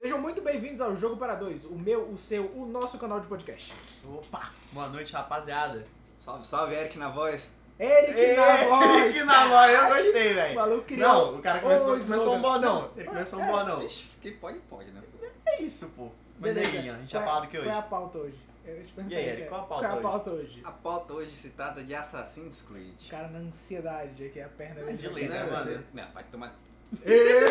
Sejam muito bem-vindos ao Jogo para Dois, o meu, o seu, o nosso canal de podcast. Opa! Boa noite, rapaziada. Salve, salve, Eric na voz. Eric na voz! Que na voz, eu Caralho, gostei, O velho. maluco criou. Não, o cara começou, Ô, começou um slogan. é, bodão. Ele começou um bodão. Ixi, quem pode, pode, né? pô? É isso, pô. Mas Beleza. aí, Ian, a gente já Qual é- falou do que hoje? Qual é a pauta hoje? Eu te perguntei, E aí, Eric, sério. qual a pauta Qual é a hoje? pauta hoje? A pauta hoje se trata de Assassin's O Creed. cara na ansiedade, que é a perna É dele. assim. É, de lei, Né, né, mano? você- Não, vai tomar. Ei!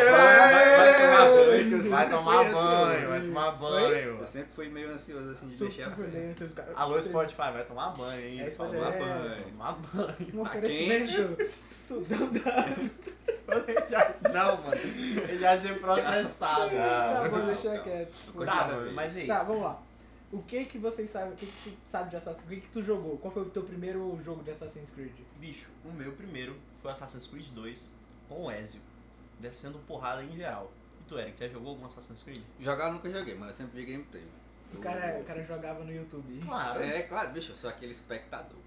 Vai tomar banho, vai Oi? tomar banho. Eu sempre fui meio ansioso assim de Super deixar a perna. bem, seus caras. Alô, Spotify, vai tomar banho, hein? É, Ele Spotify, falou, é. vai tomar banho. Um Tá oferecimento. Tudão da. Ele já- Não, mano. Ele já ser processado. Tá bom, não, deixa não. quieto. Tô Tá, Coisa mano, mas aí. Tá, vamos lá. O que que vocês sabem, o que que tu sabe de Assassin's Creed? O que que tu jogou? Qual foi o teu primeiro jogo de Assassin's Creed? Bicho, o meu primeiro foi Assassin's Creed 2 com o Ezio, descendo porrada em geral. E tu, Eric, já jogou algum Assassin's Creed? Jogar eu nunca joguei, mas eu sempre vi gameplay. O Eu- cara, é o cara jogava no YouTube. Claro. É, claro, bicho, eu sou aquele espectador.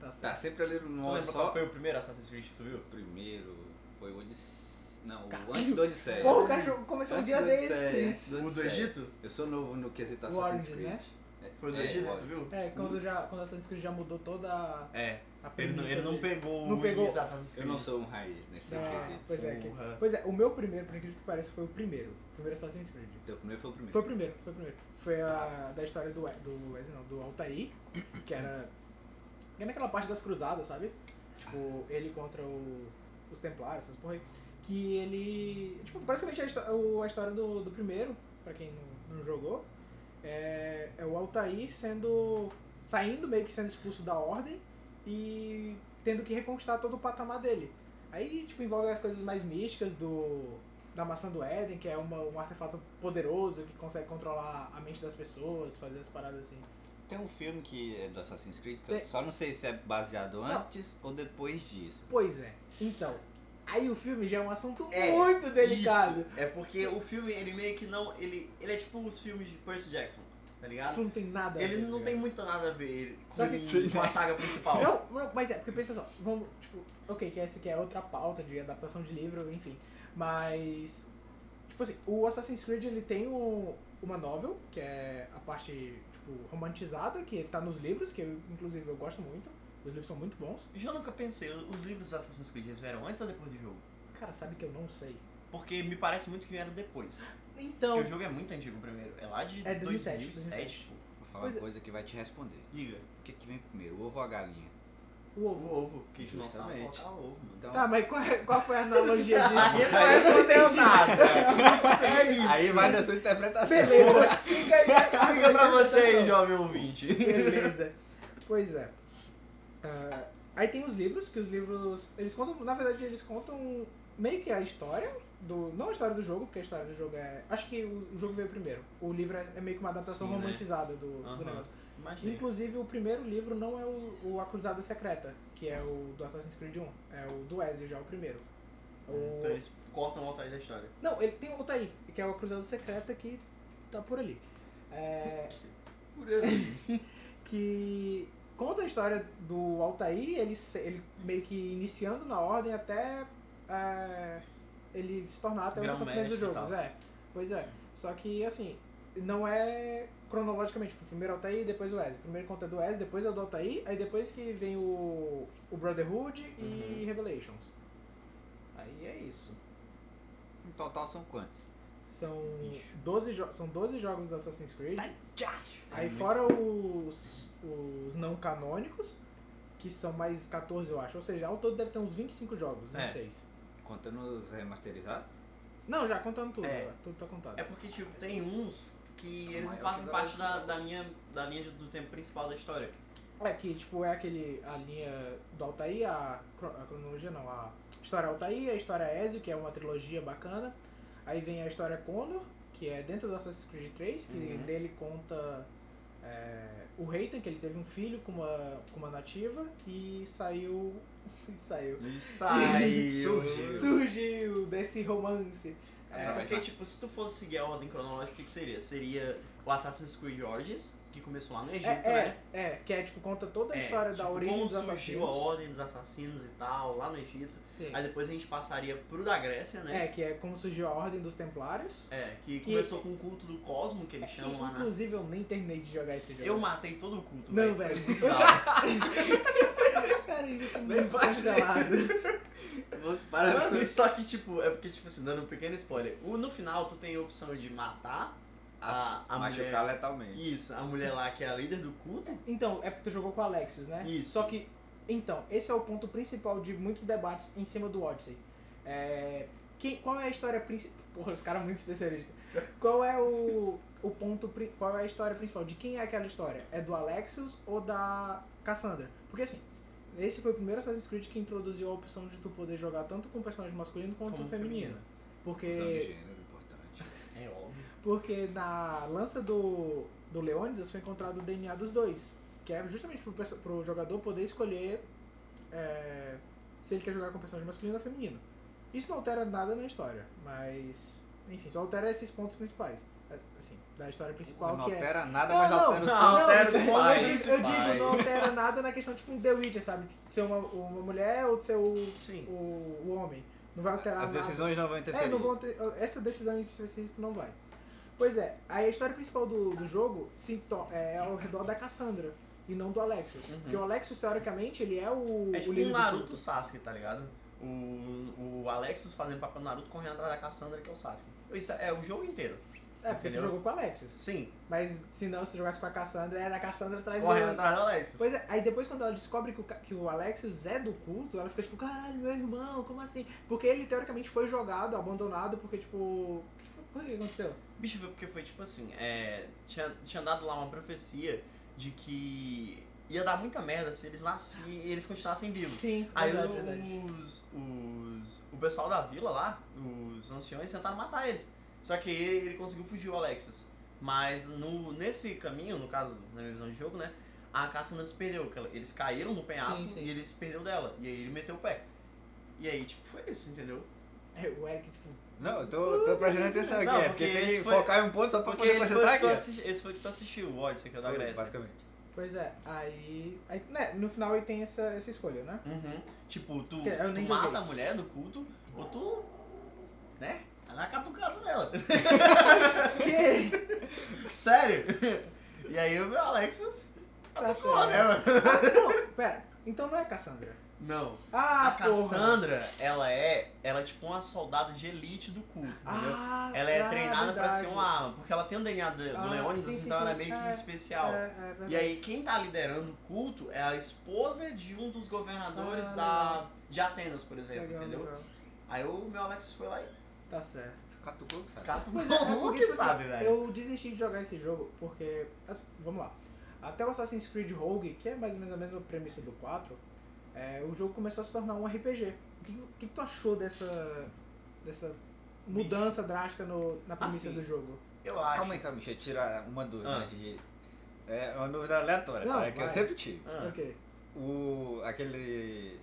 Tá Tá certo. sempre ali Tu no olho lembra qual só. foi o primeiro Assassin's Creed que tu viu? O primeiro foi o Odisse... Não, Caralho. o antes do Tá Odisseia. Porra, o cara jogou- começou um Antes dia do Odisseia, desses. antes do Odisseia. Eu sou novo no O quesito Assassin's Origins, Creed. né? É, Foi do é, Egito, o- tu viu? É, quando, Putz. já, quando Assassin's Creed já mudou toda a, É. a Ele não, premissa ele não dele. pegou Não o pegou. início do Assassin's Eu Creed. não sou um raiz nesse Ah, quesito. pois é, que- Porra. Pois é, o meu primeiro, por acredito que parece, foi o primeiro. O primeiro Assassin's Creed. Teu primeiro foi Então, o primeiro. Foi o primeiro, foi o primeiro. Foi a da história do, E- do Wesley, não, do Altair, que era. que era naquela parte das cruzadas, sabe? Tipo, ele contra o- os Templários, essas porra aí. Que ele. Tipo, basicamente a, histó- o- a história do, do primeiro, pra quem não, não jogou, é, é o Altair sendo. saindo meio que sendo expulso da ordem e tendo que reconquistar todo o patamar dele. Aí, tipo, envolve as coisas mais místicas do da maçã do Éden, que é uma- um artefato poderoso que consegue controlar a mente das pessoas, fazer as paradas assim. Tem um filme que é do Assassin's Creed, que Tem. eu só não sei se é baseado Não. antes ou depois disso. Pois é. Então, aí o filme já é um assunto É, muito delicado. Isso. É porque o filme, ele meio que não. Ele, ele é tipo os filmes de Percy Jackson, tá O ligado? filme não tem nada. a Ele ver, não tá tem ligado? muito nada a ver ele com, Só que- com a saga principal. Não, não, mas é, porque pensa só, vamos, tipo, ok, que essa aqui é outra pauta de adaptação de livro, enfim. Mas, tipo assim, o Assassin's Creed, ele tem um- uma novel, que é a parte, tipo, romantizada, que tá nos livros, que eu, inclusive, eu gosto muito. Os livros são muito bons. Eu nunca pensei, os livros do Assassin's Creed eles vieram antes ou depois do jogo? Cara, sabe que eu não sei. Porque me parece muito que vieram depois. Então, Porque o jogo é muito antigo primeiro. É lá de É 2007, 2007, pô. Vou falar Pois é. uma coisa que vai te responder. Liga. O que, que vem primeiro, o ovo ou a galinha? o ovo. O ovo, que a gente não sabe Justamente. colocar ovo, mano. Ah, Então, Tá, mas qual, é- qual foi a analogia Aí disso? não respondeu nada. É isso. aí vai da sua interpretação. Beleza, fica aí a carga Fica de pra você aí, interpretação. jovem ouvinte. Beleza. Pois é. Ah, aí tem os livros, que os livros. Eles contam. Na verdade, eles contam meio que a história. Do, não a história do jogo, porque a história do jogo é. Acho que o, o jogo veio primeiro. O livro é, é meio que uma adaptação Sim, né? romantizada do, do Aham. negócio. Imagina. Inclusive, o primeiro livro não é o, o A Cruzada Secreta, que é o do Assassin's Creed 1. É o do Ezio já, o primeiro. O- Então eles cortam o altar da história. Não, ele tem outra aí, que é o Cruzada Secreta que tá por ali. É, Por ele. que conta a história do Altair, ele, se- ele meio que iniciando na ordem até é, ele se tornar até os Virar um acontecimentos dos mestre e jogos. É, pois é. Só que, assim, não é cronologicamente, porque primeiro é o Altair depois o Ezio. Primeiro conta é do Ezio, depois é o do Altair, aí depois que vem o, o Brotherhood e Uhum. Revelations. Aí é isso. No total são quantos? São Bicho. 12, jo- são 12 jogos do Assassin's Creed. Aí É muito- fora os, os não canônicos, que são mais 14, eu acho. Ou seja, ao todo deve ter uns 25 jogos, É. 26. Contando os remasterizados? Não, já contando tudo, É. já, tudo tá contado. É porque, tipo, tem uns que Maior eles não que fazem o parte da, Dragon da Ball. linha, da linha do tempo principal da história. É que, tipo, é aquele, a linha do Altair, a, cro- a cronologia não, a história Altair, a história Ezio, que é uma trilogia bacana. Aí vem a história Connor, que é dentro do Assassin's Creed 3, que Uhum. dele conta é, o Reitan, que ele teve um filho com uma, com uma nativa e saiu... e saiu. E saiu. Surgiu. surgiu desse romance. É, Através porque, da- tipo, se tu fosse seguir a ordem cronológica, o que, que seria? Seria o Assassin's Creed Origins, que começou lá no Egito, É, né? é, é, que é tipo, conta toda a história da tipo, origem como dos surgiu a assassinos. ordem dos assassinos e tal, lá no Egito. Sim. Aí depois a gente passaria pro da Grécia, É, né? que é como surgiu a ordem dos templários. É, que começou com o culto do cosmo, que eles Que, chamam lá na... É, inclusive eu nem terminei de jogar esse jogo. É né? Eu matei todo o culto, Não, Foi velho. muito da hora. Cara, isso é Bem muito fácil. cancelado. tipo, Para Mano, só que, tipo, é porque, tipo assim, dando um pequeno spoiler. o- No final, tu tem a opção de matar a, a Ah, machucar mulher... letalmente. Isso, a mulher lá que é a líder do culto. Então, é porque tu jogou com o Alexios, né? Isso. Só que, então, esse é o ponto principal de muitos debates em cima do Odyssey. É, quem- qual é a história principal... Porra, os caras são muito especialistas. Qual é o, o ponto... pri- Qual é a história principal? De quem é aquela história? É do Alexios ou da Cassandra? Porque, assim, esse foi o primeiro Assassin's Creed que introduziu a opção de tu poder jogar tanto com o personagem masculino quanto Como com é feminino. feminino. Visão de Porque, gênero, importante. É óbvio. porque na lança do, do Leônidas foi encontrado o DNA dos dois. Que é justamente pro, perso- pro jogador poder escolher é, se ele quer jogar com personagem masculino ou feminino. Isso não altera nada na história, mas. Enfim, só altera esses pontos principais. é, Assim, da história principal não que é. altera nada, Não, mas não, altera os não, pontos altera os isso- eu, pontos digo, eu digo, principais. não altera nada na questão, tipo, The Witcher, sabe? Ser uma, uma mulher ou ser o, Sim. o, o homem. Não vai alterar As nada. decisões não vão interferir. É, não vão ter, essa decisão em específico não vai. Pois é, aí a história principal do, do jogo se to- é ao redor da Cassandra e não do Alexis. Uhum. Porque o Alexis, teoricamente, ele é o. É o tipo líder um do Naruto culto. Sasuke, tá ligado? O, o Alexis fazendo papel do Naruto correndo atrás da Cassandra, que é o Sasuke. Isso é o jogo inteiro. É, porque ele entendeu? jogou com o Alexis. Sim, Mas se não, se jogasse com a Cassandra, era a Cassandra atrás do correndo atrás do Alexis. Pois é, aí depois quando ela descobre que o, ca- que o Alexis é do culto, ela fica tipo, caralho, meu irmão, como assim? Porque ele teoricamente foi jogado, abandonado, porque tipo. O que foi o que aconteceu? Bicho, foi porque foi tipo assim, é, tinha, tinha dado lá uma profecia de que ia dar muita merda se eles nasciam e eles continuassem vivos. Sim, Aí verdade, os, verdade. os- o pessoal da vila lá, os anciões, tentaram matar eles. Só que ele, ele conseguiu fugir, o Alexis. Mas no, nesse caminho, no caso, na minha visão de jogo, né? A Cassandra se perdeu. que ela- Eles caíram no penhasco Sim, sim. e ele se perdeu dela. E aí ele meteu o pé. E aí, tipo, foi isso, entendeu? É, o Eric, tipo, Não, eu tô, tô prestando atenção aqui, Não, é porque porque tem que esse foi- focar em um ponto só pra Porque poder esse foi, concentrar o que aqui. tu ó. assisti- esse foi o que tu assistiu, o Odyssey, que é o da Foi, Grécia. Basicamente. Pois é, aí. aí, né, no final aí tem essa, essa escolha, né? Uhum. Tipo, tu, Que eu tu nem joguei. mata a mulher do culto ou tu. né? Tá na catucada dela. Que- Sério? E aí o meu Alexis Tá atacou, certo. né, mano? ah, não, pera, então não é a Cassandra. Não. Ah, a porra. Cassandra, ela é. Ela é tipo uma soldada de elite do culto, entendeu? Ah, ela é ah, treinada pra verdade. ser uma arma, porque ela tem o DNA do, do Ah, Leônidas, sim, sim, então ela é sim. meio que É, especial. É, é verdade. E aí quem tá liderando o culto é a esposa de um dos governadores Ah, da, de Atenas, por exemplo, Legal, entendeu? legal. Aí o meu Alexis foi lá e Tá certo. Catucou que sabe. cata o Pois é, é maluco porque, que tipo, sabe, assim, velho. Eu desisti de jogar esse jogo porque. assim, vamos lá. Até o Assassin's Creed Rogue, que é mais ou menos a mesma premissa do 4, é, o jogo começou a se tornar um RPG. O que, o que tu achou dessa. dessa mudança drástica no, na premissa Assim, do jogo? Eu, acho. Calma aí, calma aí, deixa eu tirar uma dúvida Ah. antes de. É uma dúvida aleatória, Não, tá? que eu vai. sempre tive. Ah, Ok. O. aquele.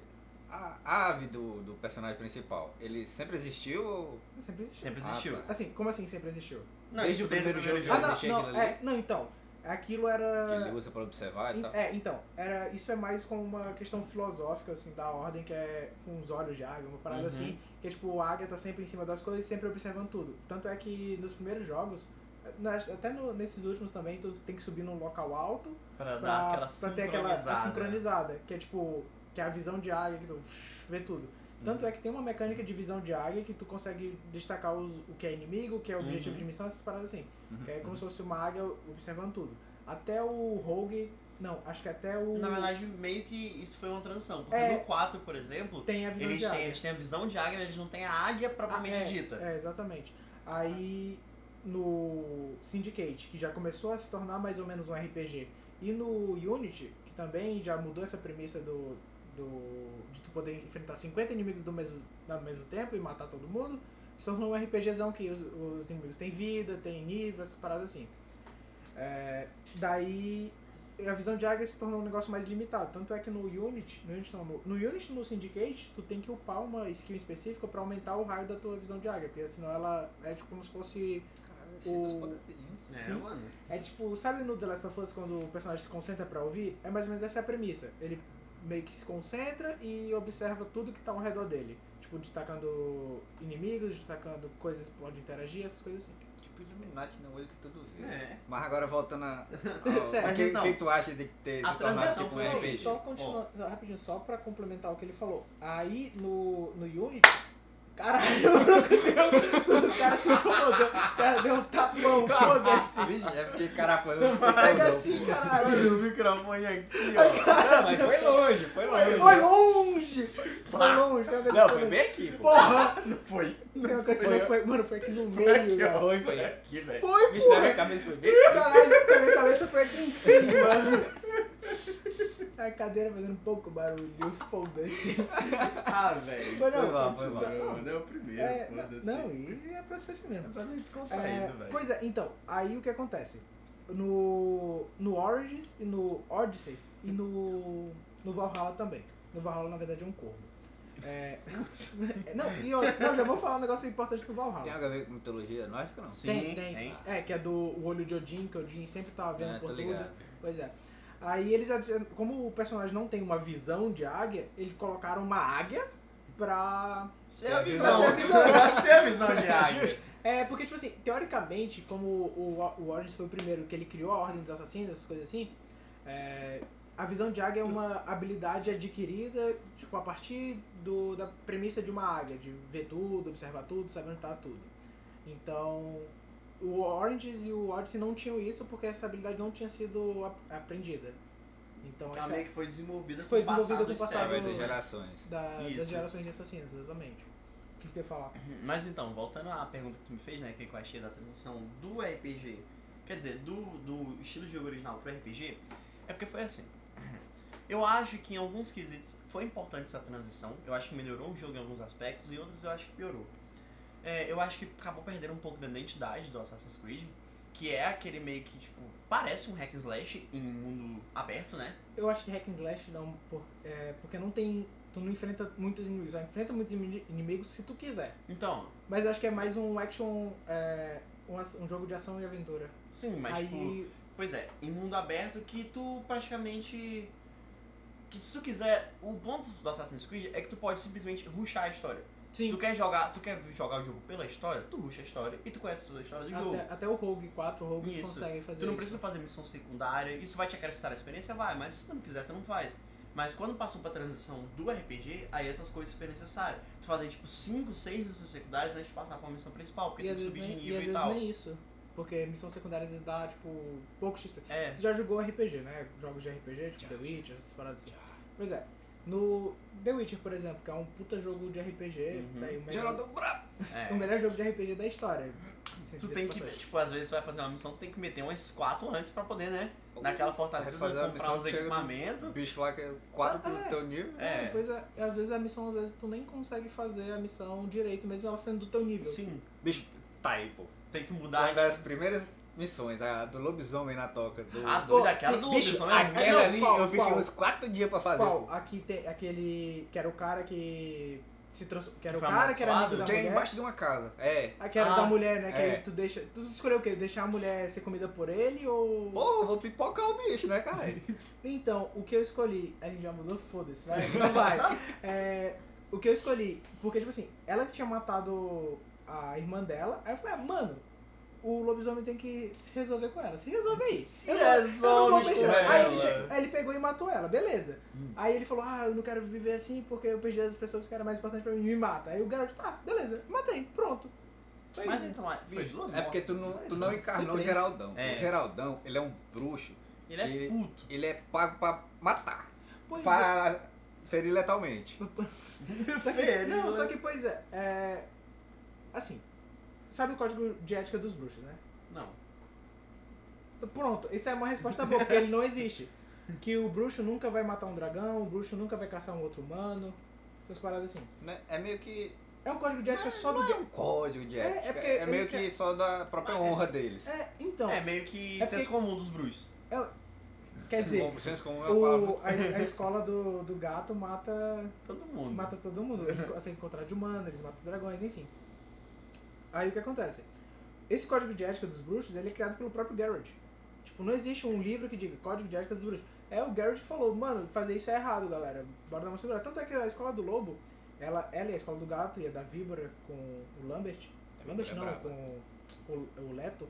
A a ave do, do personagem principal, ele sempre existiu ou. Sempre existiu. Sempre existiu. Ah, tá. Assim, como assim sempre existiu? Não, Desde tipo, o primeiro jogo Ah, já não, existia não, aquilo é, não, então. Aquilo Que ele Ah, era. usa pra observar e tal. É, então, era, isso é mais como uma questão filosófica, assim, da ordem, que é com os olhos de águia, uma parada Uhum. assim, que é tipo, a águia tá sempre em cima das coisas, sempre observando tudo. Tanto é que nos primeiros jogos, na- até no- nesses últimos também, tu tem que subir num local alto Pra dar pra, aquela pra ter aquela sincronizada. a sincronizada, que é tipo, que é a visão de águia, que tu vê tudo. Uhum. Tanto é que tem uma mecânica de visão de águia que tu consegue destacar os- o que é inimigo, o que é objetivo Uhum. de missão, essas paradas assim. Uhum. Que é como se fosse uma águia observando tudo. Até o Rogue. Não, acho que até o. Na verdade, meio que isso foi uma transição. Porque É. no 4, por exemplo, tem a visão eles de têm, águia. eles têm a visão de águia, mas eles não têm a águia propriamente Ah, é, dita. É, exatamente. Aí no Syndicate, que já começou a se tornar mais ou menos um RPG, e no Unity, que também já mudou essa premissa do, do de tu poder enfrentar 50 inimigos do mesmo, ao mesmo tempo e matar todo mundo, se tornou um RPGzão que os, os inimigos têm vida, têm nível, essas paradas assim. É, daí a visão de águia se tornou um negócio mais limitado. Tanto é que no Unity, no Unity não, no, no Unity no Syndicate, tu tem que upar uma skill específica pra aumentar o raio da tua visão de águia, porque senão ela é tipo como se fosse Caralho, achei dos O- poderzinhos. É, Sim. mano. É tipo, sabe no The Last of Us quando o personagem se concentra pra ouvir? É mais ou menos essa a premissa. Ele meio que se concentra e observa tudo que tá ao redor dele. Tipo, destacando inimigos, destacando coisas que pode interagir, essas coisas assim. Tipo Illuminati no olho que tudo vê. É. Mas agora voltando a. Certo. Mas o que, Então, o que tu acha de ter a se tornado transição tipo um foi- RPG? só continuando, só rapidinho, só pra complementar o que ele falou. Aí no, no Unity. Caralho, o cara se incomodou. O cara deu um tapão, foda-se. Vixe, é porque carapando. Ah. Pega assim, caralho. Olha o microfone aqui, ó. um Não, mas foi longe, foi longe. Foi longe! Foi longe, foi uma coisa Não, que foi foi bem aqui, pô. Porra! Foi. Tem uma coisa que Foi- não foi, mano, foi aqui no Foi é aqui, meio. né? ó. Foi, foi. aqui, velho. Foi, Vixe, na minha porra! cabeça foi bem aqui. Caralho, na minha cabeça foi aqui em cima. A cadeira fazendo pouco barulho, foda-se. Ah, velho. Mas Foi mal, não, foi continua- mal. não, Não, é o primeiro, é, foda-se. não, e é pra ser assim mesmo. É pra ser É, descontraído, velho. pois é, então, aí o que acontece? No, no Origins e no Odyssey e no, no Valhalla também. No Valhalla, na verdade, é um corvo. É, não, e eu, não, já vou falar um negócio importante do Valhalla. Tem algo a ver com mitologia nórdica ou não? Sim, Tem, tem. tem. É, que é do o olho de Odin, que Odin sempre tava vendo É, por tô tudo. ligado. Pois é. Aí eles, adi- como o personagem não tem uma visão de águia, eles colocaram uma águia pra. Sem a Pra visão. ser a visão. Sem a visão de águia. É, porque, tipo assim, teoricamente, como o, o Origins foi o primeiro que ele criou a Ordem dos Assassinos, essas coisas assim, é, a visão de águia é uma habilidade adquirida, tipo, a partir do, da premissa de uma águia, de ver tudo, observar tudo, saber onde tá tudo. Então, o Origins e o Odyssey não tinham isso porque essa habilidade não tinha sido ap- aprendida. Então, Ela essa Tá meio que foi desenvolvida Isso foi com o passar desenvolvido dos com o passar séculos, Através das do- né? gerações. da, das Isso. gerações de assassinos, exatamente. O que, que tu ia falar? Mas então, voltando à pergunta que tu me fez, né, que eu achei da transição do RPG, quer dizer, do, do estilo de jogo original pro RPG, é porque foi assim. Eu acho que em alguns quesitos foi importante essa transição, eu acho que melhorou o jogo em alguns aspectos e outros eu acho que piorou. É, eu acho que acabou perdendo um pouco da identidade do Assassin's Creed, que é aquele meio que, tipo, parece um hack and slash em mundo aberto, né? Eu acho que hack and slash não, por- é, porque não tem. Tu não enfrenta muitos inimigos, só enfrenta muitos imi- inimigos se tu quiser. Então, Mas eu acho que é mais um action. é, um, ac- um jogo de ação e aventura. sim, mas Aí. tipo... Pois é, em mundo aberto que tu praticamente. Que se tu quiser, o ponto do Assassin's Creed é que tu pode simplesmente rushar a história. sim, Tu quer jogar, tu quer jogar o jogo pela história, tu rusha a história e tu conhece toda a história do jogo. até, até o Rogue 4, o Rogue Isso. consegue fazer Tu não isso. precisa fazer missão secundária, isso vai te acrescentar a experiência? Vai, mas se tu não quiser, tu não faz. Mas quando passou pra transição do RPG, aí essas coisas ficam necessárias. Tu fazer tipo 5, 6 missões secundárias antes de passar pra missão principal, porque e tem às que vezes, subir de nem, e nível às e, vezes tal. nem isso. Porque missão secundária às vezes dá, tipo, pouco XP. É, Tu já jogou RPG, né? Jogos de RPG, tipo The Witcher, essas paradas assim. Pois é. No The Witcher, por exemplo, que é um puta jogo de RPG, Uhum. tá aí o melhor, Gerador brabo! é. o melhor jogo de RPG da história. assim, Tu diga-se tem de que, passagem. tipo, às vezes tu vai fazer uma missão, tu tem que meter umas quatro antes pra poder, né? Naquela fortaleza, fazer uma comprar missão, uns chega- O equipamentos. bicho lá que é quadro Ah, é. do teu nível. É. É. Pois é, e às vezes a missão, às vezes tu nem consegue fazer a missão direito, mesmo ela sendo do teu nível. Sim, Bicho, tá aí, pô. tem que Uma mudar. das primeiras missões, a do lobisomem na toca. Do... A doida, Pô, aquela sim, do Bicho, lobisomem é muito- não, aquela ali qual, eu fiquei qual? uns 4 dias pra fazer. Qual? pô. Aqui tem aquele. que era o cara que. se trans... que era o Foi cara que era amigo da amaldiçoado? Que é mulher. embaixo de uma casa. É. Ah, que era Ah, da mulher, né? Que é. aí tu deixa. Tu escolheu o quê? Deixar a mulher ser comida por ele ou. Pô, eu vou pipocar o bicho, né, cara? Então, o que eu escolhi. A gente já mudou, foda-se, vai, só vai. É, o que eu escolhi, porque, tipo assim, ela que tinha matado a irmã dela, aí eu falei, ah, mano, o lobisomem tem que se resolver com ela. Se resolve aí. Se Eu não- é eu não vou resolve mexer. com Aí, ele ela. pe- aí ele pegou e matou ela, beleza. Hum. Aí ele falou, ah, eu não quero viver assim porque eu perdi as pessoas que eram mais importantes pra mim, me mata. Aí o garoto, tá, beleza, matei, pronto. Foi Mas isso. então, ah, foi duas É porque tu não, mortes, tu né? não Foi encarnou o três. Geraldão. É. O Geraldão, ele é um bruxo. Ele é ele- puto. Ele é pago pra matar. Pois é. pra ferir letalmente. Só que- Feio, não, né? só que, pois é, é. Assim. Sabe o código de ética dos bruxos, né? Não. Então, Pronto, isso é uma resposta boa, porque ele não existe. Que o bruxo nunca vai matar um dragão, o bruxo nunca vai caçar um outro humano, essas paradas assim. Né? É meio que. É um código de ética só do. É um código de É, é ética. porque É, ele meio quer- que só da própria honra deles. É, então. É meio que É senso comum dos bruxos. É- Quer dizer, Bom, senso comum é uma o, palavra. a, a escola do, do gato mata Todo mundo. mata todo mundo. Eles aceitam contrato de humano, eles matam dragões, enfim. Aí o que acontece? Esse código de ética dos bruxos ele é criado pelo próprio Garrett. Tipo, não existe um livro que diga código de ética dos bruxos. É o Garrett que falou, mano, fazer isso é errado, galera. Bora dar uma segurada. Tanto é que a escola do lobo, ela, ela é a escola do gato e a da víbora com o Lambert. Lambert Ela é não, brava. com o, o Leto.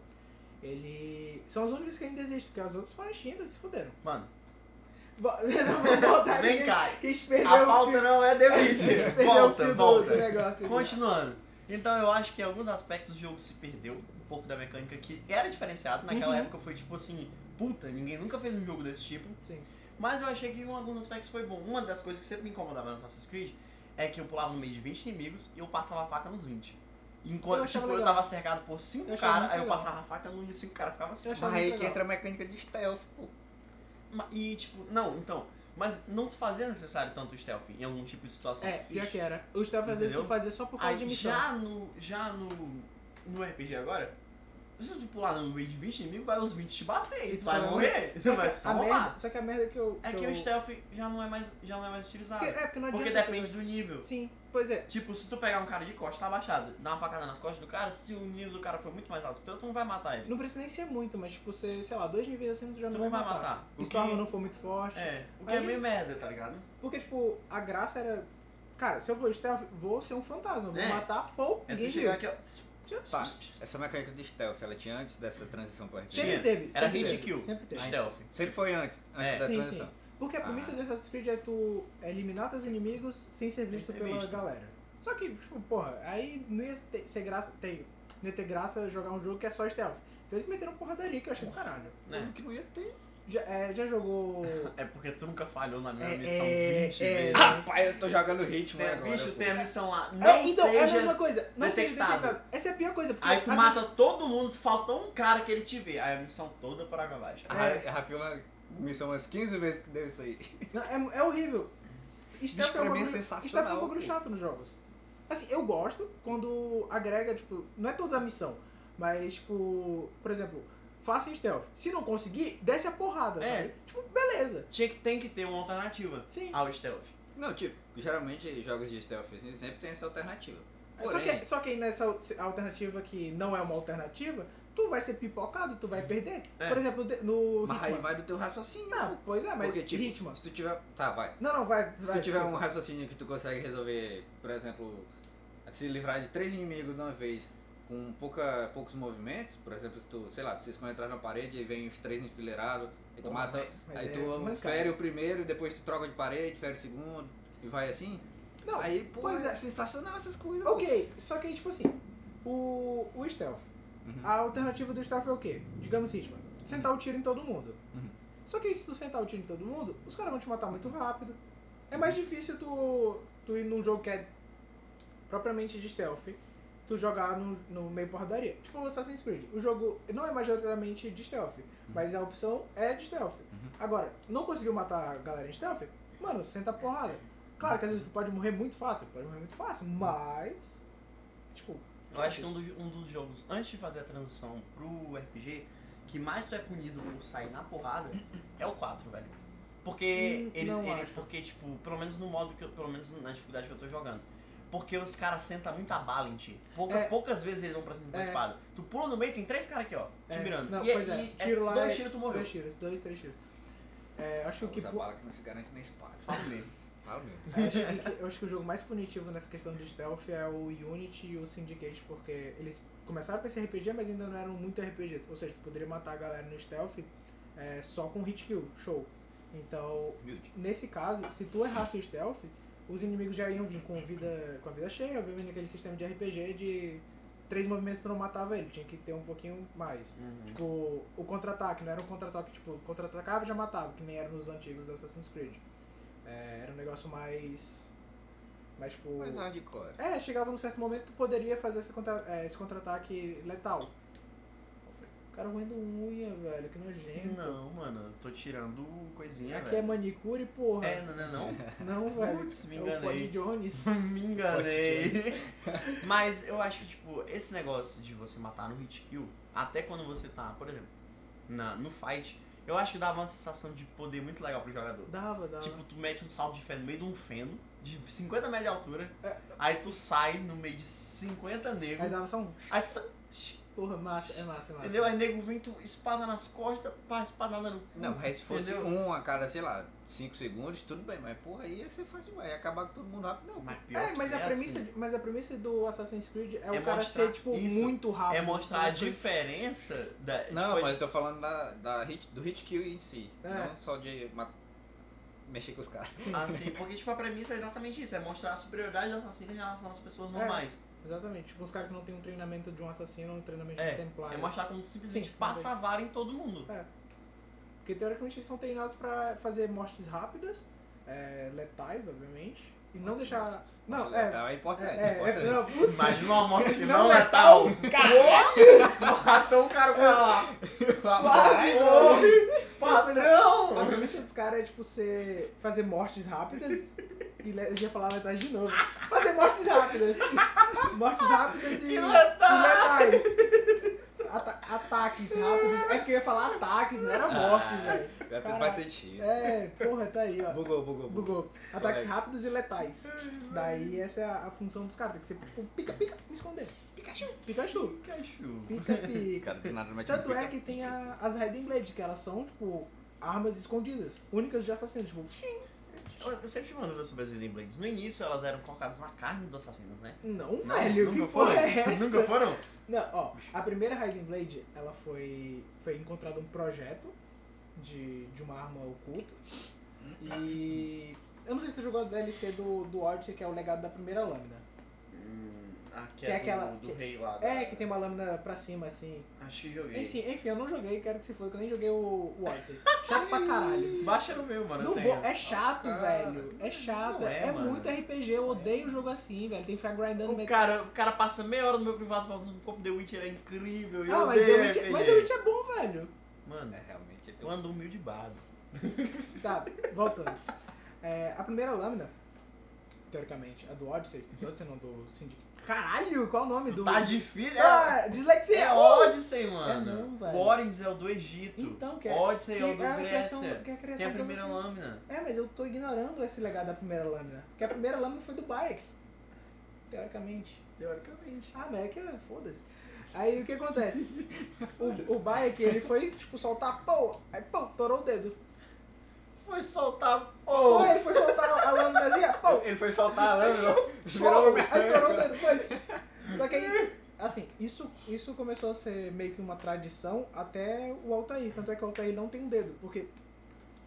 Ele. São as únicas que ainda existem, porque as outras foram extintas e se fuderam. Mano, Vo- Não vou voltar Vem aqui, cá. que a gente perdeu a Tá, o pauta não é a gente demite. perdeu o volta, fio do- do volta. negócio aqui. Continuando. Então eu acho que em alguns aspectos o jogo se perdeu um pouco da mecânica que era diferenciado. Naquela Uhum. época foi tipo assim, puta, ninguém nunca fez um jogo desse tipo. Sim. Mas eu achei que em alguns aspectos foi bom. Uma das coisas que sempre me incomodava no Assassin's Creed é que eu pulava no meio de 20 inimigos e eu passava a faca nos 20. Enquanto Eu eu, achava tipo, eu legal. tava cercado por Eu 5 achava caras, muito aí eu legal. passava a faca num e 5 caras ficava assim. Eu achava Mas aí muito que legal. entra a mecânica de stealth, pô. Ma- E tipo, não, então. Mas não se fazia necessário tanto stealth em algum tipo de situação. É, pior que era. Os stealth às vezes Entendeu? tu fazia só por causa Aí, de missão. Ah, já no. Já no. No RPG agora, se tu pular no meio de 20 inimigos, vai os 20 te bater. E E tu tu vai só- morrer. Tu Só vai que só a rolar. merda, só que a merda que eu. É que eu... o stealth já não é mais, já não é mais utilizado. Porque- É, porque não adianta. Porque depende do nível. Sim, pois é. Tipo, se tu pegar um cara de costas, tá abaixado, dá uma facada nas costas do cara, se o nível do cara for muito mais alto, então tu não vai matar ele. Não precisa nem ser muito, mas tipo, você, sei lá, dois níveis acima tu já Tu não não vai vai matar. matar. E O se tua arma que- não for muito forte. É, o que é Aí- meio merda, tá ligado? Porque, tipo, a graça era. Cara, se eu vou stealth, vou ser um fantasma. Vou É. matar, pô, É ninguém tu viu. chegar aqui, ó. Tá. Essa mecânica de stealth, ela tinha antes dessa transição pro RPG? Sempre Tinha. teve. Era sempre hit teve, kill. Sempre teve. Stealth. Sempre foi antes, antes É. da Sim, transição. sim. Porque a premissa Ah. do Assassin's Creed é tu eliminar teus inimigos sem ser visto ser pela visto. galera. Só que, tipo, porra, aí não ia ter, ser graça, ter, não ia ter graça jogar um jogo que é só stealth. Então eles meteram porradaria que eu achei do caralho. Né? que não ia ter. Já, é, já jogou. É porque tu nunca falhou na minha É, missão é, 20 é. vezes. Rapaz, Tá, eu tô jogando ritmo Tem, é agora. Né, bicho, pô. tem a missão lá. Não é, então, é a seja. mesma coisa. Não seja detectado. detectado. Essa é a pior coisa. Porque Aí tu às mata todo mundo, falta um cara que ele te vê. Aí a missão toda para água abaixo. A Ra- a Rafaela me são umas 15 vezes que deu isso aí. vezes- não, é, é horrível. Stealth é, pra um mim é bagulho, sensacional, stealth é um bagulho pô. chato nos jogos. Assim, eu gosto quando agrega, tipo, não é toda a missão, mas, tipo, por exemplo, faça em stealth. Se não conseguir, desce a porrada, É. sabe? Tipo, beleza. Tinha que, tem que ter uma alternativa Sim. Ah, ao stealth. Não, tipo, geralmente jogos de stealth assim, sempre tem essa alternativa. É, só, Porém, que, só que aí nessa al- alternativa que não é uma alternativa, tu vai ser pipocado, tu vai perder. É. Por exemplo, de- no Uhum. mas aí Hitman. vai do teu raciocínio. Não, pois é, mas Porque, tipo, Hitman. se tu tiver... Tá, vai. Não, não, vai. Se vai, tu tiver desculpa. um raciocínio que tu consegue resolver, por exemplo, se livrar de três inimigos de uma vez com pouca, poucos movimentos, por exemplo, se tu, sei lá, tu se esconde atrás de uma parede e vem os três enfileirados, aí tu Porra, mata, mas aí é tu um mancada. fere o primeiro, e depois tu troca de parede, fere o segundo, e vai assim. Não, aí, pô, pois é, é. sensacional essas coisas. pô. Ok, só que tipo assim, o, o stealth. Uhum. A alternativa do stealth é o quê? Digamos Hitman. Sentar o tiro em todo mundo. Uhum. Só que aí, se tu sentar o tiro em todo mundo, os caras vão te matar muito rápido. É mais difícil tu, tu ir num jogo que é propriamente de stealth, tu jogar no, no meio porradaria. Tipo o Assassin's Creed. O jogo não é majoritariamente de stealth, mas a opção é de stealth. Agora, não conseguiu matar a galera em stealth? Mano, senta a porrada. Claro que às vezes tu pode morrer muito fácil, pode morrer muito fácil, mas. Tipo. Eu acho que um dos, um dos jogos, antes de fazer a transição pro RPG, que mais tu é punido por sair na porrada, é o 4, velho. Porque Hum, eles. não ele- acho. porque, tipo, pelo menos no modo que eu. Pelo menos na dificuldade que eu tô jogando. Porque os caras sentam muita bala em ti. Pouca- É. Poucas vezes eles vão pra cima com a É. espada. Tu pula no meio, tem três caras aqui, ó, te É, mirando. não, e pois é, e tiro lá dois é- tiros tu morreu. Dois tiros, dois, três tiros. É, acho que o que. Usa pu- bala que não se garante na espada. Falo mesmo. Fala mesmo. acho que- eu acho que o jogo mais punitivo nessa questão de stealth é o Unity e o Syndicate, porque eles começaram com esse RPG, mas ainda não eram muito RPG. Ou seja, tu poderia matar a galera no stealth é, só com hit kill, show. Então, Humilde. nesse caso, se tu errasse o stealth, os inimigos já iam vir com, vida, com a vida cheia, obviamente naquele sistema de RPG de três movimentos tu não matava ele, tinha que ter um pouquinho mais. Uhum. Tipo, o contra-ataque, não era um contra-ataque, tipo, contra-atacava e já matava, que nem era nos antigos Assassin's Creed. É, era um negócio mais. Mais tipo. Mas hardcore. É, chegava num certo momento tu poderia fazer esse contra- é, esse contra-ataque letal. O cara roendo unha, velho, que nojento. Não, mano, eu tô tirando coisinha. Aqui é velho. manicure, porra. É, não, não, não. Não, velho. Putz, me é o Pod enganei. Jones. Me enganei. Mas eu acho que, tipo, esse negócio de você matar no hit kill, até quando você tá, por exemplo, na, no fight, Eu acho que dava uma sensação de poder muito legal pro jogador. Dava, dava. Tipo, tu mete um salto de fé no meio de um feno, de 50 metros de altura, É. aí tu sai no meio de 50 negros, Aí dava só um. aí tu sai, Porra, massa, é massa, é massa. entendeu? Aí nego vem, tu espada nas costas, pá, espadada no cu. Hum, Não, mas se fosse entendeu? um a cada, sei lá, 5 segundos, tudo bem, mas porra, aí ia ser fácil demais, ia acabar com todo mundo rápido, não. Mas pior É, mas que a, premissa, assim, de- mas a premissa do Assassin's Creed é, É o cara ser, mostrar- tipo, isso. muito rápido. é mostrar a Então, assim, diferença da. Não, tipo, mas eu tô falando da, da hit, do hit kill em si, É. não só de ma- mexer com os caras. Assim, porque tipo, a premissa é exatamente isso, é mostrar a superioridade do assassino em relação às pessoas É. normais. Exatamente. Tipo, os caras que não tem um treinamento de um assassino, um treinamento É, de um templário. É mostrar como tu simplesmente Sim, passa a vara em todo mundo. Porque teoricamente eles são treinados pra fazer mortes rápidas, é, letais, obviamente. E não deixar. Não, é. Então, é É, importante, é, é, é, importante. não, putz, Imagina uma morte Não é não é letal. letal. Matou um cara com ela. Suave, Morre! A Patrão! premissa dos caras é, tipo, ser, fazer mortes rápidas. E le- eu ia falar letais de novo. Fazer mortes rápidas. Mortes rápidas e, E letais. e letais. Ata- ataques rápidos. É porque eu ia falar ataques, não era mortes, Ah. velho. Agora tudo Caraca. faz sentido. É, porra, tá aí, ó. Bugou, bugou, bugou. Bugou. Ataques Vai. rápidos e letais. Daí essa é a, a função dos caras. Tem que ser tipo pica, pica, me esconder. Pikachu. Pikachu. Pikachu. Pica, pica. Cara, do nada mete um Tanto é pica- que tem a- as Raiden Blade, que elas são, tipo, armas escondidas, únicas de assassinos. Tipo, xing. Eu, eu sempre tive uma dúvida sobre as Hidden Blades. No início elas eram colocadas na carne dos assassinos, né? não, Não, velho, nunca que porra foram? é essa? Nunca foram? Não, ó, a primeira Raiden Blade, ela foi. Foi encontrado um projeto de, de uma arma oculta. E. Eu não sei se tu jogou a DLC do, do Odyssey, que é o legado da primeira lâmina. Hum, a que, Que é é aquela- do, do que- rei lá. É, que tem uma lâmina pra cima, assim, Acho que joguei. Enfim, enfim, eu não joguei, quero que se foda, que eu nem joguei o, o Odyssey. Chato pra caralho. Baixa no meu, mano. Não eu vou, tenho. é chato, cara. velho. É chato, Ah, Não é, é, mano. muito RPG, eu odeio jogo assim, velho. Tem que ficar grindando O met- cara, o cara passa meia hora no meu privado falando como The Witcher é incrível. eu Ah, mas The, odeio Witch, RPG. mas The Witch é bom, velho. Mano, É, realmente. eu ando humilde bardo. Tá, voltando. É, a primeira lâmina, teoricamente, a do Odyssey. Do Odyssey não, do Syndicate. Caralho, qual o nome do. Tá difícil. É, Ah, dislexia! é uh! Odyssey, É não, mano. velho. o Odyssey é o do Egito. Então, que é- Odyssey é o que- do ah, Grécia. criação- que é a Tem criação a dos primeira assassinos. lâmina. É, mas eu tô ignorando esse legado da primeira lâmina. Porque a primeira lâmina foi do Bayek. Teoricamente. Teoricamente. Ah, mas é que é- foda-se. Aí o que acontece? O, o Bayek, ele foi, tipo, soltar, pô, aí, pô, torou o dedo. Foi soltar. Pô, Oh. ele foi soltar a lâminazinha, pô, Ele foi soltar a lâmina, virou pô, aí torou o dedo, foi. Só que aí, assim, isso, isso começou a ser meio que uma tradição até o Altair. Tanto é que o Altair não tem um dedo, porque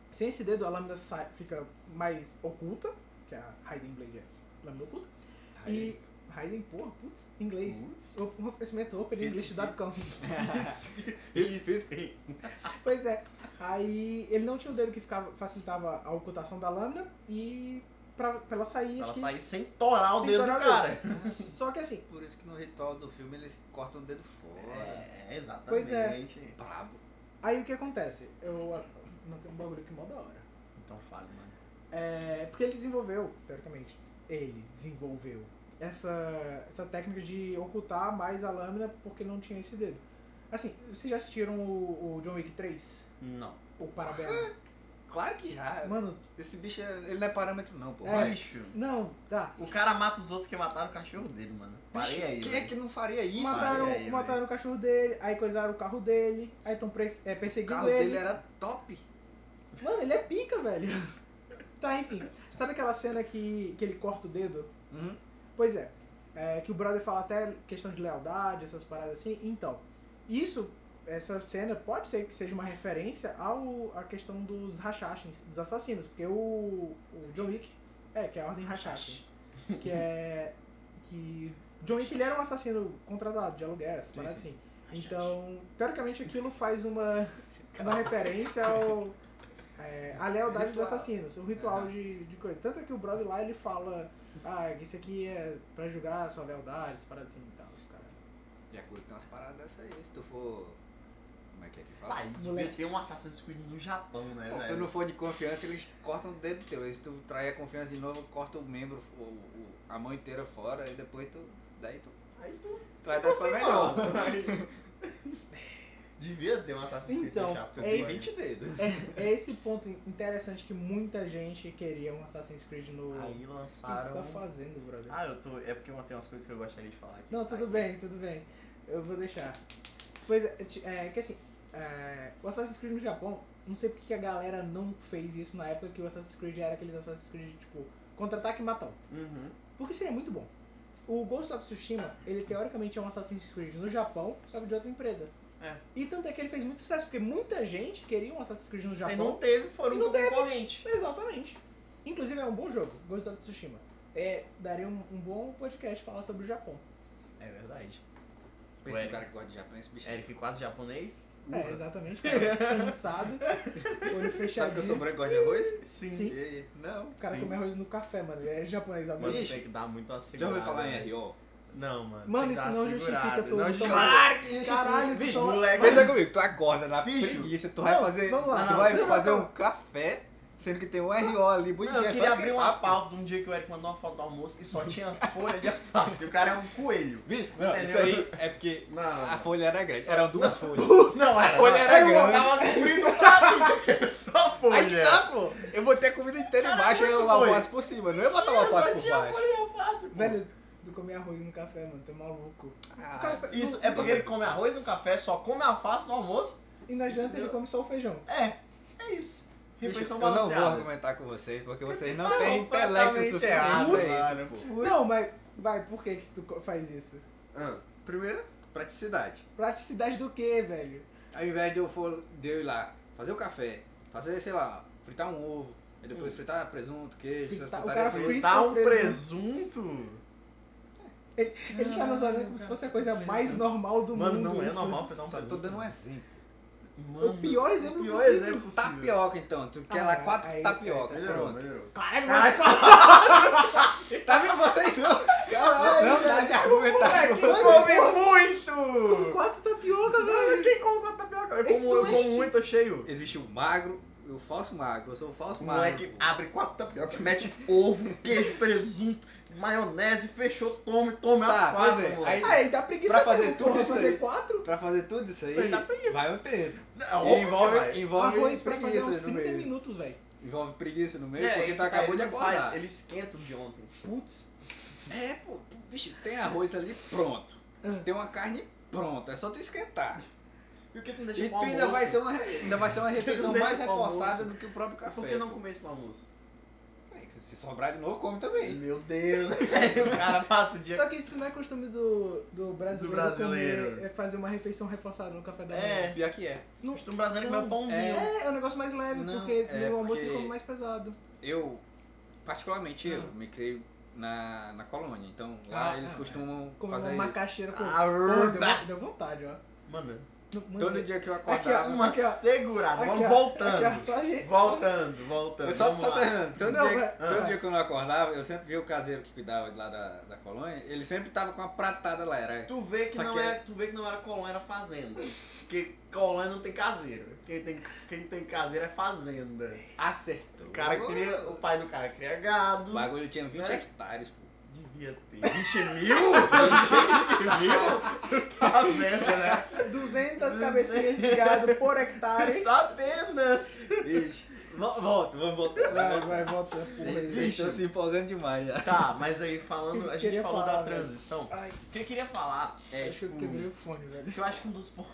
sem esse dedo a lâmina sai, fica mais oculta, que a Raiden Blade é lâmina oculta. E Raiden, porra, putz, inglês. O- Um oferecimento openenglish.com. Isso. pois é. Aí ele não tinha o dedo que ficava, facilitava a ocultação da lâmina e pra, pra ela sair. Ela acho que- saiu sem torar o Sem dedo do torar o cara. Só que assim, Por isso que no ritual do filme eles cortam o dedo fora. É, exatamente. Pois é. Brabo. aí o que acontece? Eu. Não tem um bagulho que mó da hora. Então fale, mano. É, porque ele desenvolveu, teoricamente, ele desenvolveu essa, essa técnica de ocultar mais a lâmina porque não tinha esse dedo. Assim, vocês já assistiram o, o John Wick 3? Não. O Parabela? Claro que já. Mano, Esse bicho, é- ele não é parâmetro não, pô. É. Bicho. não, tá. O cara mata os outros que mataram o cachorro dele, mano. Parei aí. Quem é velho. que não faria isso? mataram aí, aí, mataram o cachorro dele, aí coisaram o carro dele, aí estão O perseguindo carro ele. dele era top. Mano, ele é pica, velho. Tá, enfim. Sabe aquela cena que, que ele corta o dedo? Uhum. Pois é. É, que o brother fala até questão de lealdade, essas paradas assim. Então, isso, essa cena pode ser que seja uma referência ao, à questão dos rachachins, dos assassinos. Porque o, o John Wick, é, que é a ordem rachachin. Que é... Que John Wick, ele era um assassino contratado de aluguel, essas Sim, paradas sim. assim. Então, teoricamente aquilo faz uma, uma referência ao, é, à lealdade dos Ritual. assassinos, o um ritual Aham. de, de coisa. Tanto é que o brother lá ele fala, ah, isso aqui é pra julgar a sua lealdade, essas paradas assim e tal. Os caras. Yakuza tem umas paradas dessas aí, né? se tu for... Como é que é que fala? Tá, e devia Moleque. ter um Assassin's Creed no Japão, né, Se tu velho? não for de confiança, eles cortam o dedo teu. E se tu trair a confiança de novo, corta o membro, o- o- a mão inteira fora, e depois tu. Daí tu. é Aí tu Tu vai dar só melhor. Aí- Devia ter um Assassin's Creed Então, Chapter é One. isso. 20 dedos. É, é esse ponto interessante que muita gente queria um Assassin's Creed no. Aí o que você lançaram. tá fazendo, brother? Ah, eu tô. É porque eu tenho umas coisas que eu gostaria de falar aqui. Não, tudo Ai. bem, tudo bem. Eu vou deixar. Pois é, ti- é que assim, é, o Assassin's Creed no Japão, não sei porque que a galera não fez isso na época que o Assassin's Creed era aqueles Assassin's Creed, tipo, contra-ataque e matão. Uhum. Porque seria muito bom. O Ghost of Tsushima, ele teoricamente é um Assassin's Creed no Japão, só que de outra empresa. É. E tanto é que ele fez muito sucesso, porque muita gente queria um Assassin's Creed no Aí Japão. não teve, foram E não pro teve. concorrente. Exatamente. Inclusive é um bom jogo, Ghost of Tsushima. É, daria um, um bom podcast falar sobre o Japão. É verdade. Pensa Eric. no cara que gosta de Japão, esse bicho. Eric quase japonês? É, exatamente. cara. Cansado, olho Sabe que eu sou fechadinho. branco e gosto de arroz? Sim. E aí? Não. O cara Sim. come arroz no café, mano. Ele é japonês, Mas obviamente. tem que dar muito uma Já segurada. ouviu falar em né? R.O.? Não, mano. Mano, tem que isso dar não uma justifica segurada. todo Não o justifica. tamanho. Claro que justifica. Caralho, Bicho, então- moleque. Mas- Pensa comigo, tu acorda na Bicho. preguiça, tu Não, vai fazer, vamos lá. tu Não, vai não, fazer não. um café, sendo que tem um R.O. ali, bonitinho, Não, eu é só queria abrir esquentar, uma pô. pauta um dia que o Eric mandou uma foto do almoço e só tinha folha de alface. O cara é um coelho. Bicho, não, Entendeu? isso aí é porque Não. a folha era grande, eram duas folhas. Não, A folha era eu grande. tava comendo pra mim. Só folha. Aí que tá, pô. Eu botei a comida inteira Cara, embaixo e muito eu lavo doido. o alface por cima. Não ia botar o Tinha, alface Só por tinha baixo. folha de alface, pô. Velho, tu come arroz no café, mano. Tu é maluco. Ah, Café- Isso não- é porque ele come arroz no café, só come alface no almoço. E na janta ele come só o feijão. É, é isso. bicho, Refeição eu não vou balanceada. argumentar com vocês, porque vocês não Tá têm intelecto completamente suficiente errado, pra isso, mano. pô. Putz. Não, mas vai, por que que tu co- faz isso? Ah, primeiro, praticidade. Praticidade do quê, velho? Ao invés de eu, for, de eu ir lá fazer o café, fazer, sei lá, fritar um ovo, e depois fritar presunto, queijo, Fritar- essas o putarias cara todas. frita Hum. Fritar um presunto. presunto? Ele, ele Ah, tá nos olhando como se fosse a coisa mais normal do Mano, mundo. não é isso. normal fritar um Só presunto. tô dando um exemplo. Mano, O pior exemplo o pior possível. exemplo é possível. Tapioca, então. Tu quer Ah, lá quatro aí- tapioca. aí Melhorou, Pronto. melhorou. Caralho, Caralho, mas... Tá vendo vocês não? Caralho, não dá de velho. Tá argumentar com Moleque, vocês. come Como muito! quatro tapioca, Mano, velho. quem come quatro tapioca? Eu como, eu como Excelente. muito, eu é cheio. Existe o magro e o falso magro. Eu sou o falso O magro. moleque abre quatro tapioca, mete ovo, queijo, presunto, maionese, fechou, tome, tome Tá, as quatro. pois é, moleque. aí- Ah, ele dá preguiça Pra fazer mesmo, tudo porra, isso fazer aí. quatro? Pra fazer tudo isso Isso aí aí, dá preguiça. vai um tempo. É óbvio E que envolve vai. envolve Arroz pra fazer preguiça uns no 30 meio. minutos, velho. Envolve preguiça no meio, É, porque ele tu acabou ele de não faz, acordar. Ele esquenta o de ontem. Putz. É, pô, bicho, tem arroz ali pronto. Ah. Tem uma carne pronta, é só tu esquentar. E o que tu não deixa E pro tu ainda almoço? vai ser uma, ainda vai ser uma refeição Deixa mais pro almoço. reforçada do que o próprio café. Por que não pô. comer isso no almoço? Se sobrar de novo, come também. Meu Deus. Aí o cara passa o dia... Só que isso não é costume do, do brasileiro, Do brasileiro. comer- é fazer uma refeição reforçada no café da manhã. É. Pior que é. Não, Costuma brasileiro comer um pãozinho. é, é um negócio mais leve, Não, porque é no almoço porque- ele come mais pesado. Eu, particularmente eu, Ah. me criei na, na colônia. Então lá Ah, eles ah, costumam Come fazer uma isso. macaxeira com... Ah, É, Pô, deu, urba. deu vontade, ó. Mano, Não, mano, Todo Então, dia que eu Aqui, ó, acordava... uma Tá Aqui, ó. segurada. aqui, vamos ó, voltando. aqui, ó, só a gente- Voltando, voltando. Eu só, vamos só lá. terminando. Todo, Não, dia, mas- todo ah. dia que eu não acordava, eu sempre via o caseiro que cuidava lá da, da colônia, ele sempre tava com uma pratada lá, era. Tu vê que, Só não que- é, tu vê que não era colônia, era fazenda. Porque colônia não tem caseiro. Quem tem, quem tem caseiro é fazenda. Acertou. O cara cria. O pai do cara cria gado. O bagulho tinha 20 Né? hectares, pô. Devia ter. 20 mil? 20 mil? Tá vendo, né? 200 cabecinhas de gado por hectare. Só apenas. Bicho. Vo- Volta, vamos voltar. Vai, vai, volta essa porra aí. Vocês estão se empolgando demais já. Tá, mas aí falando. Eu A gente queria falou falar, da velho. transição. Ai, O que eu queria falar é. acho que eu tipo, quebrei o fone, velho. que eu acho que um dos pontos.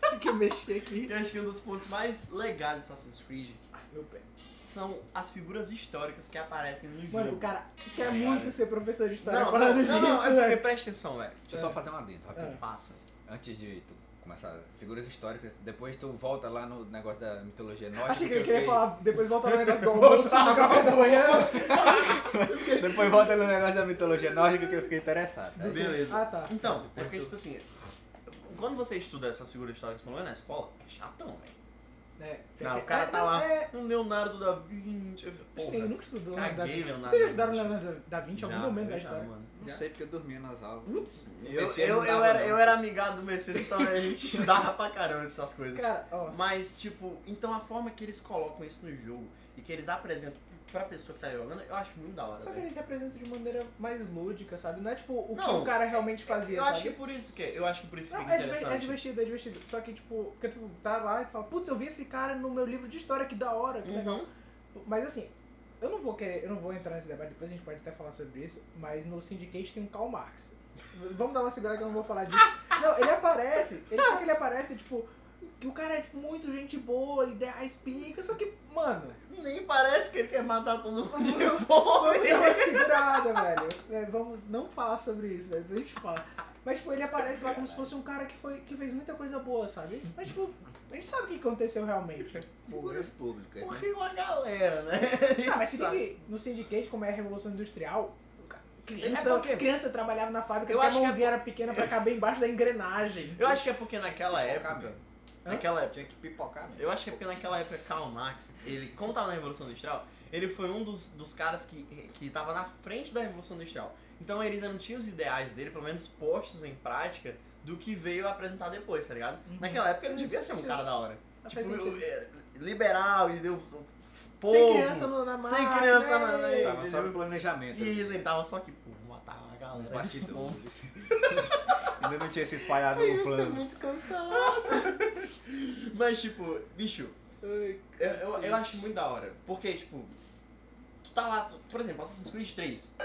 Tem que mexer aqui. Eu acho que um dos pontos mais legais de Assassin's Creed Meu pé. são as figuras históricas que aparecem no Mano, o jogo. cara quer muito ser professor de história não, não, falando não, disso, não, é porque velho. Ah. presta atenção, velho. Deixa eu só fazer uma adendo, rapidinho. Passa. Antes de tu começar, figuras históricas, depois tu volta lá no negócio da mitologia nórdica. Achei que eu ele queria fiquei- falar, depois volta no negócio do almoço, no café da manhã. Depois volta no negócio da mitologia nórdica que eu fiquei interessado. né? É, Beleza. Ah, tá. Então, é porque, tipo assim, quando você estuda essas figuras históricas, pelo menos na escola, é chatão, velho. É, tem Não, que- o cara é, tá não, lá, É, um Leonardo da Vinci. acho Porra, que ele nunca estudou caguei, Leonardo da Vinci. Leonardo Vocês já estudaram da Vinci. Leonardo da Vinci em algum Já, momento da já, história? mano. Não sei porque eu dormia nas aulas. Putz, Eu, Esse eu, ano eu, dava, era, não. eu era amigado do Mercedes, então a gente estudava pra caramba essas coisas. cara, ó. Mas, tipo, então a forma que eles colocam isso no jogo e que eles apresentam pro pra pessoa que tá jogando, eu acho muito da hora. Só que velho. eles representam de maneira mais lúdica, sabe? Não é tipo o que Não, é, o cara realmente fazia, eu sabe? acho que por isso que eu acho que por isso Não, fica é, diver- interessante. é divertido, é divertido. Só que, tipo, porque tu tá lá e tu fala, putz, eu vi esse cara no meu livro de história, que da hora, que legal. Uhum. Mas assim, eu não vou querer, eu não vou entrar nesse debate, depois a gente pode até falar sobre isso, mas no Syndicate tem um Karl Marx. Vamos dar uma segurada que eu não vou falar disso. Não, ele aparece, ele só que ele aparece, tipo, que o cara é tipo, muito gente boa, ideais pica, só que, mano, Nem parece que ele quer matar todo mundo de vamos dar fome. uma segurada, velho. É, vamos não falar sobre isso, velho, depois a gente fala. Mas, tipo, ele aparece lá como se fosse um cara que, foi, que fez muita coisa boa, sabe? Mas, tipo, a gente sabe o que aconteceu realmente. Figuras públicas. né? Morreu a galera, né? Ah, mas se Sabe? bem que no Syndicate, como é a Revolução Industrial, criança, É porque- criança trabalhava na fábrica Eu porque acho a que é mãozinha era pequena pra caber embaixo da engrenagem. Eu acho que é porque naquela Pipocar época. mesmo. Hã? Naquela época. Tinha que pipocar mesmo. Eu acho que é porque naquela época Karl Marx, ele, como tava na Revolução Industrial, ele foi um dos, dos caras que, que tava na frente da Revolução Industrial. Então ele ainda não tinha os ideais dele, pelo menos postos em prática, do que veio apresentar depois, tá ligado? Uhum. Naquela época ele Faz devia ser um sentido. cara da hora. Mas Tipo, faz sentido. é, liberal, e deu povo. Sem criança no, na sem máquina. é. né? criança na- na- ei. Tava só no planejamento. né? E ele tava só aqui, pô, vou matar a Nos galera. de fome. bastidores. Ainda não tinha se tá espalhado Ai, no eu sou plano. muito cansado. Mas tipo, bicho, Ai, Ah! Eu, eu, eu cacete. acho muito da hora. Porque, tipo, tu tá lá, tu- por exemplo, Assassin's Creed 3.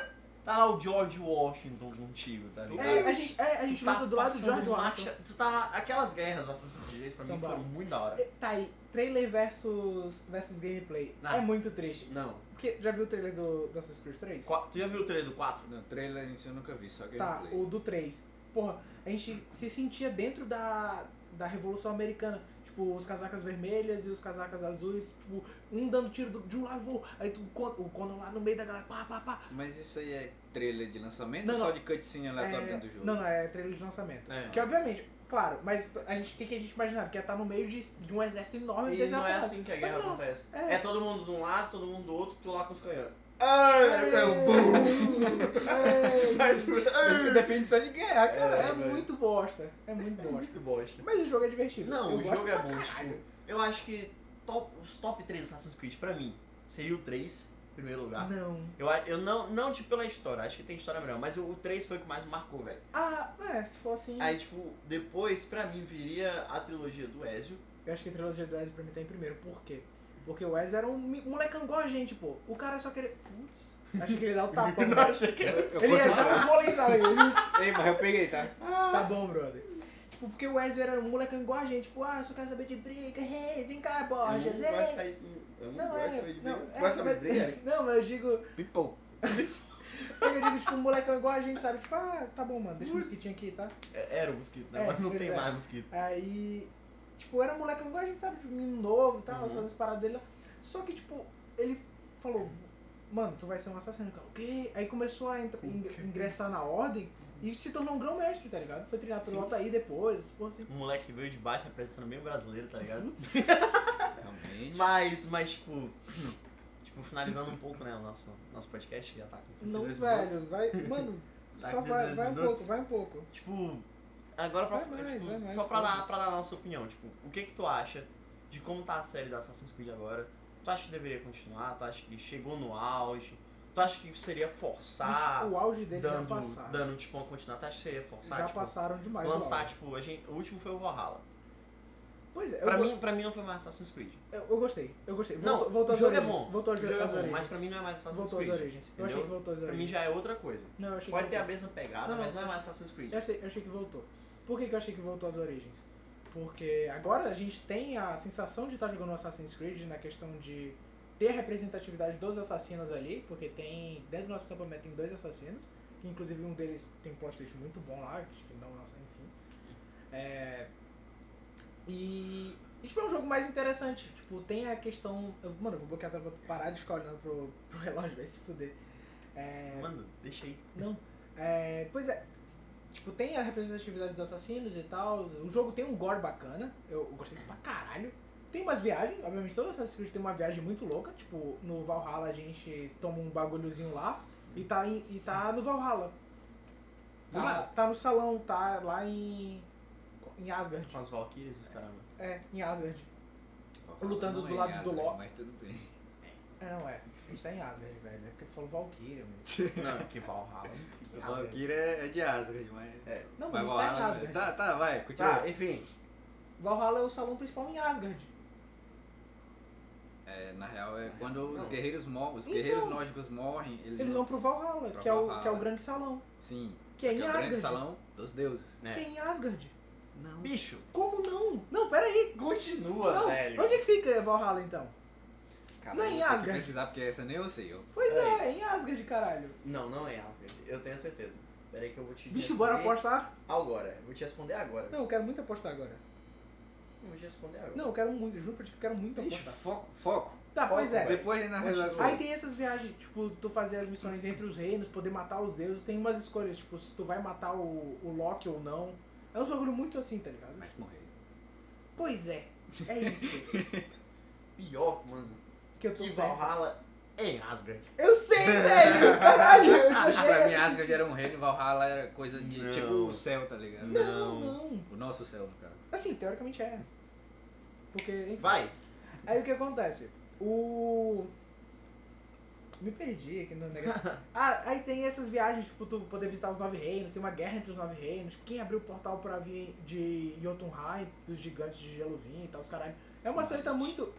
Tá lá o George Washington contigo, tá ligado? É, a gente, é, a gente Tu tá luta do lado do passando George marcha- Washington. Tu tá lá, aquelas guerras do Assassin's Creed pra São mim foram bom. muito da hora. Tá aí, trailer versus, versus gameplay. Ah. É muito triste. Não. Porque, já viu o trailer do, do Assassin's Creed 3? Qua- Tu já viu o trailer do 4? No trailer em si eu nunca vi, só que Tá, o do 3. Porra, a gente se sentia dentro da, da Revolução Americana. Tipo, os casacas vermelhas e os casacas azuis, tipo, um dando tiro do- de um lado, gol. Aí tu, o Con- o Conan lá no meio da galera, pá, pá, pá. Mas isso aí é trailer de lançamento Não, ou só não. de cutscene aleatório É, dentro do jogo? Não, não, é trailer de lançamento. É. Que obviamente, claro, mas a gente, o que, que a gente imaginava? Que ia estar no meio de, de um exército enorme E não é desertado. assim que a Só que guerra não. acontece. É. É todo mundo de um lado, todo mundo do outro, tu lá com os canhões. Ai, é o bum. Ei, Aí tu- ai. Definição de guerra, cara, é, É, velho. muito bosta. É muito É bosta. muito bosta. Mas o jogo é divertido. Não, Eu o gosto jogo é pra bom, caralho. tipo, eu acho que top- os top 3 Assassin's Creed pra mim seria o 3, em primeiro lugar. Não. Eu, a- eu não, não, tipo, pela história, acho que tem história melhor, mas o, o 3 foi o que mais me marcou, velho. Ah, é, se for assim. Aí, tipo, depois, pra mim, viria a trilogia do Ezio. Eu acho que a trilogia do Ezio pra mim tá em primeiro. Por quê? Porque o Ezio era um mi- molecão igual a gente, pô. O cara só queria. Putz. Achei que ele ia dar o tapão. Não, achei que era- Eu ele fosse ia dar matar. um voleizado aqui. é Ei, mas eu peguei, tá? Ah, Tá bom, brother. Tipo, porque o Ezio era um molecão igual a gente. Tipo, ah, eu só quero saber de briga. Hey, vem cá, Eu não Borges. gosto de Hey. sair com- Eu não Não, gosto é. de saber de Não, briga. é, Gosto de saber de mas- briga. não, mas eu digo. People. Eu digo, tipo, um molecão igual a gente, sabe? Tipo, ah, tá bom, mano. Deixa o mosquitinho aqui, tá? É, Era o mosquito, né? É, mas não pois tem é. mais mosquito. Aí, tipo, era um moleque igual a gente, sabe? Tipo, menino novo e tal, Uhum. fazendo as paradas dele lá. Só que, tipo, ele falou, mano, tu vai ser um assassino. Eu, O quê? Aí começou a entra- ing- ingressar na ordem e se tornou um grão-mestre, tá ligado? Foi treinado pelo Sim. Altair depois, esse porra assim. O moleque veio de baixo, representando bem o brasileiro, tá ligado? Putz. Realmente. Mas, mas tipo, tipo, finalizando um pouco, né, o nosso, nosso podcast, que já tá com Não, 32 velho, minutos. vai, mano, Tá só com vai, 10 vai um minutos. pouco, vai um pouco. Tipo, agora pra, Vai mais, tipo, vai mais, só pra dar, foda-se. pra dar a nossa opinião, tipo, o que que tu acha de como tá a série da Assassin's Creed agora? Tu acha que deveria continuar? Tu acha que chegou no auge? Tu acha que seria forçar? o auge dele já Ah, Dando, passaram. dando, tipo, uma continuar, tu acha que seria forçar? já tipo, passaram demais. o lançar, auge. tipo, a gente, o último foi o Valhalla. Pois é, eu, Pra go- mim, pra mim não foi mais Assassin's Creed. eu, eu gostei, eu gostei. Não, Voltou, voltou o às jogo é origens. bom. Voltou o às, jogo é às bom, origens. mas pra mim não é mais Assassin's Voltou às Creed. origens. Eu achei entendeu? que voltou às Pra mim origens. já é outra coisa. Não, eu achei Pode que ter a voltou. mesma pegada, Não, mas não é eu mais Assassin's Creed. Eu achei, eu achei que voltou. Por que, que eu achei que voltou às origens? Porque agora a gente tem a sensação de estar jogando Assassin's Creed na questão de ter a representatividade dos assassinos ali, porque tem. Dentro do nosso acampamento tem dois assassinos, que inclusive um deles tem um plot twist muito bom lá, que não, nossa, enfim. É, E, e, tipo, é um jogo mais interessante. Tipo, tem a questão. eu- mano, eu vou bloquear a tela pra tu parar de ficar olhando pro, pro relógio, vai se fuder. É, Mano, deixa aí. não. É, pois é. Tipo, tem a representatividade dos assassinos e tal. O jogo tem um gore bacana. Eu, eu gostei disso pra caralho. Tem umas viagens, obviamente todo Assassin's Creed tem uma viagem muito louca. Tipo, no Valhalla a gente toma um bagulhozinho lá e tá, em- e tá no Valhalla. Do Tá, nada. tá no salão, tá lá em. em Asgard. Com as Valkyries e os caramba. É, em Asgard. Lutando Não do é lado em do Asgard, Ló. Mas tudo bem. É, não, é. A gente tá em Asgard, velho. É porque tu falou Valkyria, mesmo. Não, que Valhalla. O Valkyria é é de Asgard, mas. É. Não, mas a gente tá em Vai Valhalla, mas- Asgard. Tá, tá, vai, continua. Tá, enfim. Valhalla é o salão principal em Asgard. É, na real, é quando os Não. guerreiros morrem, os guerreiros Então. nórdicos morrem, eles, Eles vão pro Valhalla, Pra que, é o, Valhalla. que é o grande salão. Sim. Que é em porque o grande Asgard. salão dos deuses. né? Que é em Asgard. Não. Bicho, Como não? Não, peraí. continua, Não, velho. onde é que fica Valhalla então? Cara, Não é eu em vou ter que Asgard. pesquisar porque essa nem eu sei. Eu... Pois Peraí. é, é em Asgard, caralho. Não, não é Asgard. Eu tenho certeza. Peraí que eu vou te Bicho, bora responder apostar? Agora. Eu Vou te responder agora. Não, eu quero muito apostar agora. Eu vou te responder agora. Não, eu quero muito, juro pra ti que eu quero muito Bicho, apostar. foco, foco. Tá, foco, pois Então, é. velho. Depois na Poxa, redação. Aí tem essas viagens, tipo, tu fazer as missões entre os reinos, poder matar os deuses, tem umas escolhas, tipo, se tu vai matar o, o Loki ou não. É um bagulho muito assim, tá ligado? Mas morreu. Pois é, é isso. Pior, mano. que eu tô Que certo. Valhalla é em Asgard. Eu sei, velho, caralho, eu Ah, joguei pra mim, essa- Asgard era um reino, Valhalla era coisa de Não. tipo o céu, tá ligado? Não, não. O nosso céu, no caso. Assim, teoricamente é. Porque, enfim. Vai. Aí o que acontece? O. Me perdi aqui no negócio. Ah, aí tem essas viagens, tipo, tu poder visitar os nove reinos, tem uma guerra entre os nove reinos, quem abriu o portal pra vir de Jotunheim, dos gigantes de Gelovin e tal, os caralho. É uma treta muito.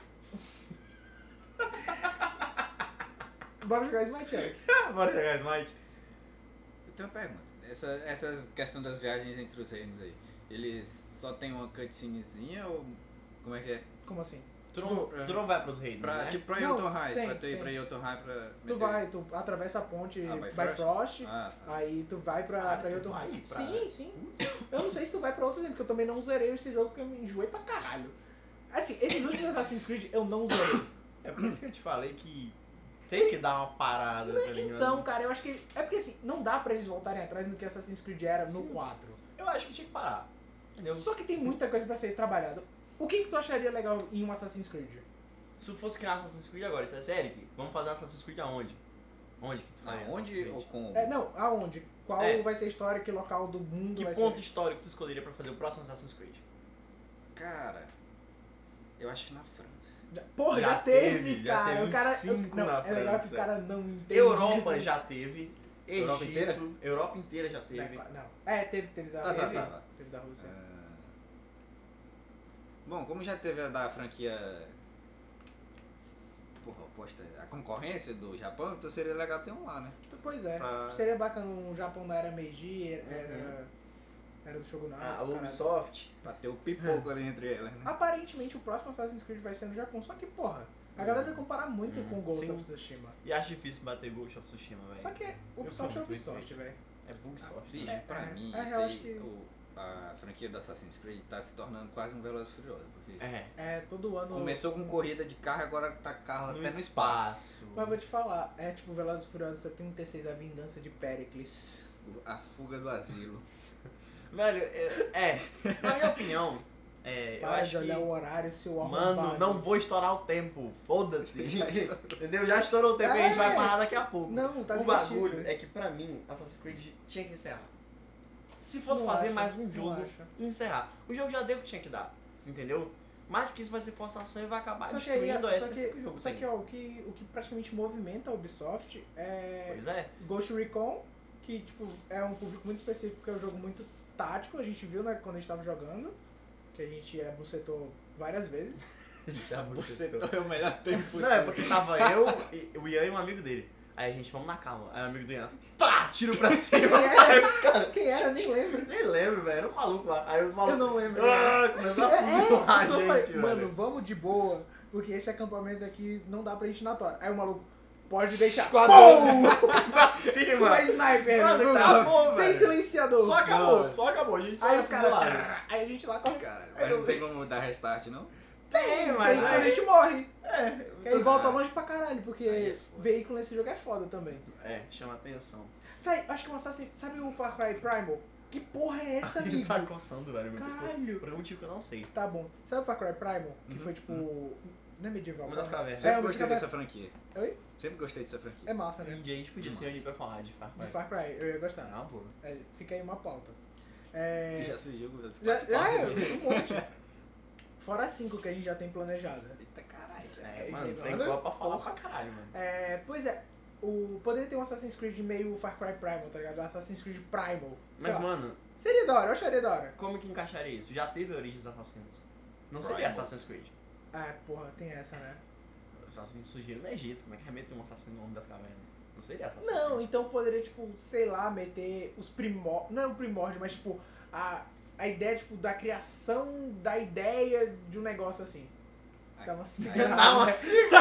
Bora jogar Smite Check. Ah, bora jogar Smite. Eu tenho uma pergunta. Essa, essa questão das viagens entre os reinos aí, eles só tem uma cutscenezinha ou como é que é? Como assim? Tu não, Tipo, tu não vai pros reinos, Pra, né? Tipo, pra Não, Jotunheim, tem, pra tu ir tem. pra Jotunheim pra... meter- Tu vai, tu atravessa a ponte Ah, Bifrost, Bifrost? Ah, tá. aí tu vai pra, Cara, pra tu Jotunheim. vai pra- Sim, sim. Eu não sei se tu vai pra outro exemplo, porque eu também não zerei esse jogo, porque eu me enjoei pra caralho. Assim, esses últimos Assassin's Creed eu não zerei. É por isso que eu te falei que tem que dar uma parada, tá ligado? Então, cara, eu acho que. É porque assim, não dá pra eles voltarem atrás no que Assassin's Creed era no Sim. 4. Eu acho que tinha que parar. Entendeu? Só que tem muita coisa pra ser trabalhada. O que, que tu acharia legal em um Assassin's Creed? Se tu fosse criar Assassin's Creed agora, e dissesse, Eric, vamos fazer Assassin's Creed aonde? Onde que tu faria Aonde ou Assassin's Creed? como? Ah, É, não, aonde? Qual É. vai ser a história? Que local do mundo Que vai ponto ser? histórico tu escolheria pra fazer o próximo Assassin's Creed? Cara, eu acho que na França. Já- Porra, já, Já teve, teve, já cara. teve o cara. uns cinco não, na é legal que o França. cara não entende. Europa já teve. Egito, Europa inteira? Europa inteira já teve. Não, não. É, teve, teve da Tá, tá, Rússia. tá. Teve da Rússia. É. Ah, Bom, como já teve a da franquia... Porra, oposta, a concorrência do Japão, então seria legal ter um lá, né? Então, Pois é. Pra- Seria bacana um Japão na era Meiji, era. Era do Shogunato. A Ah, os caras. Uhum. Ah, Ubisoft. Pra ter o É. pipoco ali entre elas, né? Aparentemente o próximo Assassin's Creed vai ser no Japão, só que porra, a Hum. galera vai comparar muito com Ghost É. Uhum. Sim. of Tsushima. E acho difícil bater Ghost of Tsushima, velho. Só que Ubisoft é muito Ubisoft, bem velho. É Ubisoft. Bicho, né? É, pra é. mim, É, eu isso acho aí, que- o- a franquia do Assassin's Creed tá se tornando quase um Veloz Furioso. Porque É. É, todo ano. começou com corrida de carro, agora tá carro No até no espaço. espaço. Mas vou te falar, é tipo Velozes e Furiosos 76, a vingança de Pericles. O- A fuga do asilo. Velho, é, é, na minha opinião, é, eu Para acho de olhar que, o horário, seu arrombado. mano, não vou estourar o tempo, foda-se, entendeu? Já estourou o tempo e a gente vai parar daqui a pouco. É. Não, tá o divertido. bagulho é que pra mim, Assassin's Creed tinha que encerrar. Se fosse Não fazer acho, mais um não jogo, acho. encerrar. O jogo já deu o que tinha que dar, entendeu? Mas que isso vai ser forçação e vai acabar Só que aí, destruindo a só essência que o que, jogo só tem. que ó, o que, o que praticamente movimenta a Ubisoft é Pois é, Ghost Recon, que tipo, é um público muito específico, que é um jogo muito tático, a gente viu né, quando a gente tava jogando, que a gente é bucetou várias vezes. já Então bucetou. é o melhor tá- tempo Não, é porque tava eu, e- o Ian e um amigo dele. Aí a gente, vamos na calma. Aí o amigo dele, pá, tiro pra cima. Quem Aí era? os caras, Quem era? Nem lembro. Nem lembro, velho. Era um maluco lá. Aí os Eu malucos. não lembro. né? Ah, começou a fuzilar a É, então eu falei, gente, mano, velho. vamos de boa, porque esse acampamento aqui não dá pra gente ir na tora. Aí o maluco, pode deixar. Esquadrão. Pou! pra cima. Uma sniper, Mano, né? acabou, sem velho. silenciador. Só acabou, só acabou. A gente só Aí ia os caras. fuzilar. "Trrr", Aí a gente lá corre. Caralho, mas não tem como dar restart, não? Tem, mas aí a aí. gente morre. Que é. aí É, volta longe pra caralho, porque Uhum. Aí é foda. veículo nesse jogo é foda também. é, chama atenção. Tá aí, acho que um assassino. Sabe o Far Cry Primal? Que porra é essa, Ele amigo? tá coçando, velho, meu Caralho. pescoço. Por um motivo que eu não sei. Tá bom. Sabe o Far Cry Primal? Que Uhum, foi tipo. Não é medieval. Uma das não. cavernas. Sempre É, mas gostei acaba- dessa franquia. Oi? Sempre gostei dessa franquia. É massa, Um né? dia a gente podia Demais. ser ali pra falar de Far De Cry. Far Cry, eu ia gostar. Não, pô. É, fica aí uma pauta. É. Já se jogo das Já, quatro já partes. né? é, um monte. Fora as cinco que a gente já tem planejada. Eita caralho. É, mano, tem coisa pra falar pra caralho, mano. É, pois é, o, poderia ter um Assassin's Creed meio Far Cry Primal, tá ligado? Assassin's Creed Primal. É, sei Mas, lá. mano, Seria da hora, eu acharia da hora. como que encaixaria isso? Já teve Origins Assassinos. Não seria Primal. Assassin's Creed. Ah, porra, tem essa, né? Os assassinos surgiram no Egito. Como é que remete um assassino no Homem das Cavernas? Não seria assassino. Não, então poderia, tipo, sei lá, meter os primórdios. Não é o primórdio, mas, tipo, a, a ideia, tipo, da criação da ideia de um negócio assim. Dá uma cigarrada. Dá uma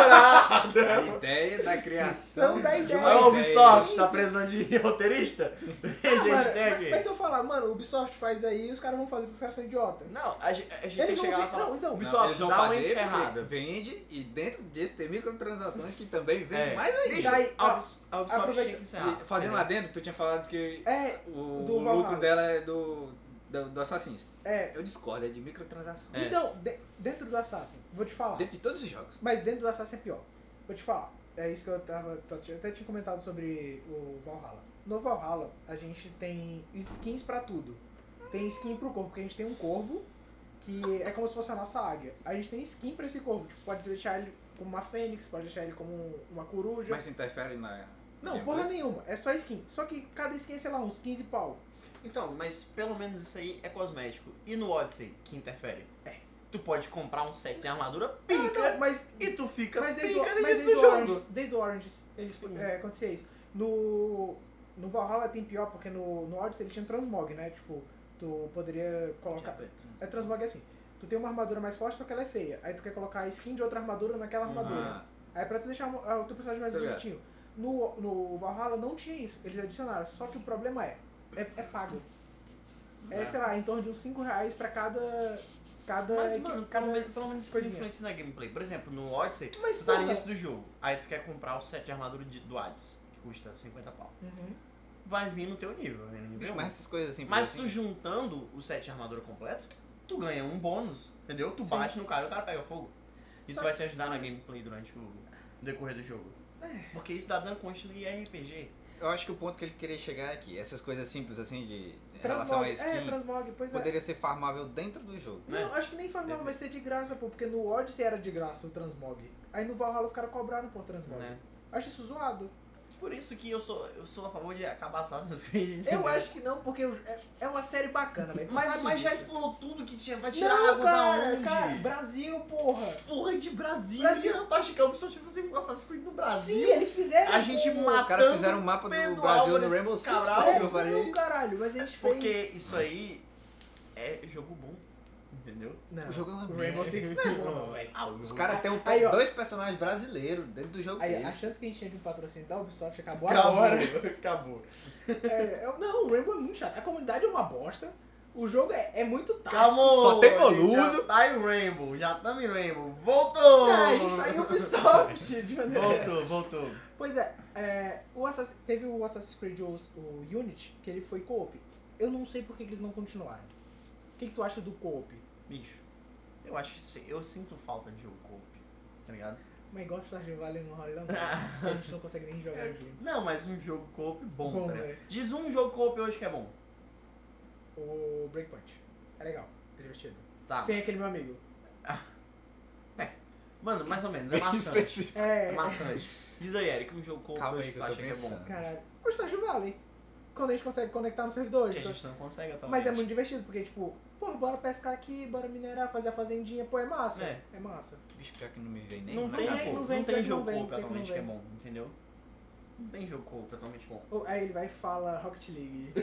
segurada! A ideia da criação Não dá de uma ideia. Aí, ô, Ubisoft, Sim, tá sim. precisando de roteirista? Tem Ah, gente né, mano, tem mas, mas se aqui. eu falar, mano, o Ubisoft faz aí, os caras vão fazer porque os caras são idiota. Não, a gente, a gente tem Eles que vão chegar ver. lá e falar. Não, então. Não, Ubisoft, eles vão dá uma fazer, porque encerrada. Vende e dentro disso tem microtransações que também vende É. mais ainda. Bicho, Daí, a ó, Ubis- a Ubisoft aproveita- tinha que encerrar. E Fazendo lá entendeu? dentro, tu tinha falado que É, o, do o lucro Valhalla. dela é do, do, do Assassin's. é. Eu discordo, é de microtransações. É. Então, de- dentro do Assassin, vou te falar. Dentro de todos os jogos. Mas dentro do Assassin é pior. Vou te falar. É isso que eu tava. tô- eu até tinha comentado sobre o Valhalla. No Valhalla, a gente tem skins pra tudo. Tem skin pro corvo, porque a gente tem um corvo que é como se fosse a nossa águia. A gente tem skin pra esse corvo. Tipo, pode deixar ele como uma fênix, pode deixar ele como um- uma coruja. Mas se interfere na. Não, na porra gameplay. nenhuma. É só skin. Só que cada skin é, sei lá, uns 15 pau. Então, mas pelo menos isso aí é cosmético. E no Odyssey, que interfere? É. Tu pode comprar um set de armadura Ah, não, pica mas e tu fica Mas desde, pica o, no mas início do desde, o jogo. Orange, desde o Orange eles, Sim. é, acontecia isso. No, no Valhalla tem pior, porque no, no Odyssey ele tinha transmog, né? Tipo, tu poderia colocar... É transmog é assim. Tu tem uma armadura mais forte, só que ela é feia. Aí tu quer colocar a skin de outra armadura naquela armadura. Ah, Aí pra tu deixar um- ah, o teu personagem mais Tá ligado. bonitinho. No, no Valhalla não tinha isso. Eles adicionaram. Só que o problema é... É, é pago. É, É. sei lá, em torno de uns 5 reais pra cada... Cada... Mas, equi- mano, é- pelo cada... menos, pelo menos isso coisinha. influencia na gameplay. Por exemplo, no Odyssey, Mas, tu tá no porra. início do jogo. Aí tu quer comprar o set de armadura de- do Hades, que custa 50 pau. Uhum. Vai vir no teu nível, vai vir no nível bicho, um. mas essas coisas assim. Mas tu assim, juntando o set de armadura completo, tu ganha um bônus, entendeu? Tu bate no cara e o cara pega fogo. Isso Só- vai te ajudar na gameplay durante o no decorrer do jogo. Porque isso dá dano contínuo e RPG. Eu acho que o ponto que ele queria chegar é que essas coisas simples assim de em relação Transmog. a skin É, transmog. Pois é. poderia ser farmável dentro do jogo. né? Não, acho que nem foi mal, vai ser de graça, pô, porque no Odyssey era de graça o Transmog. Aí no Valhalla os caras cobraram por Transmog. Né? Acho isso zoado. Por isso que eu sou, eu sou a favor de acabar Assassin's Creed. Né? entendeu? Eu acho que não, porque eu- é- é uma série bacana, velho. tu Mas, sabe mas já disso. explorou tudo que tinha. Vai tirar Não, água da cara, onde? cara, Brasil, porra. Porra de Brasília. Brasil. Tu acha que a Ubisoft vai fazer um Assassin's Creed no Brasil? Sim, eles fizeram. é. A gente pô. mata Os caras fizeram um mapa do Pedro Brasil Álvares no Rainbow Six. Cabral. pô, É, eu falei não, isso. caralho, mas a gente fez. Porque isso aí é jogo bom. Entendeu? Não, O jogo é uma o Rainbow merda. Six não é bom, não, velho. Ah, Os caras têm um- Aí, ó. dois personagens brasileiros dentro do jogo Aí, deles. a chance que a gente tinha de um patrocínio da Ubisoft acabou, agora. Acabou, acabou. É, eu- não, o Rainbow é muito chato. A comunidade é uma bosta. O jogo é, é muito tático. Acabou. Só tem a gente boludo. Já tá em Rainbow, já tá em Rainbow. Voltou! Não, a gente tá em Ubisoft, de maneira. Voltou, voltou. Pois é, é, o Assassin- teve o Assassin's Creed o, o Unity, que ele foi co-op. Eu não sei por que que eles não continuaram. O que, que tu acha do co-op? Oh Bicho, eu acho que se- eu sinto falta de jogo co-op, tá ligado? Mas igual Stardew Valley não rola não. A gente não consegue nem É. jogar juntos. Não, mas um jogo co-op bom, Bom, tá ligado? é. Diz um jogo co-op hoje que é bom. O Breakpoint. É legal, é divertido. Tá. Sem aquele meu amigo. Mano, mais ou menos, é Bem maçante. específico. É É, maçante. Diz aí, Eric, um jogo co-op Calma hoje aí que que tu eu tô acha que é bom. pensando. caralho. O Stardew Valley. Quando a gente consegue conectar no servidor. Que a então- gente tá não consegue atualmente. Mas é muito divertido, porque tipo, pô, bora pescar aqui, bora minerar, fazer a fazendinha. Pô, é massa. É. é massa. Bicho, pior que não me vem nem Não na tem, cabeça. vem, não não vem, tem não jogo vem, co-op não vem. atualmente que é bom, entendeu? Não tem jogo co-op atualmente bom. Ou- Aí ele vai e fala Rocket League.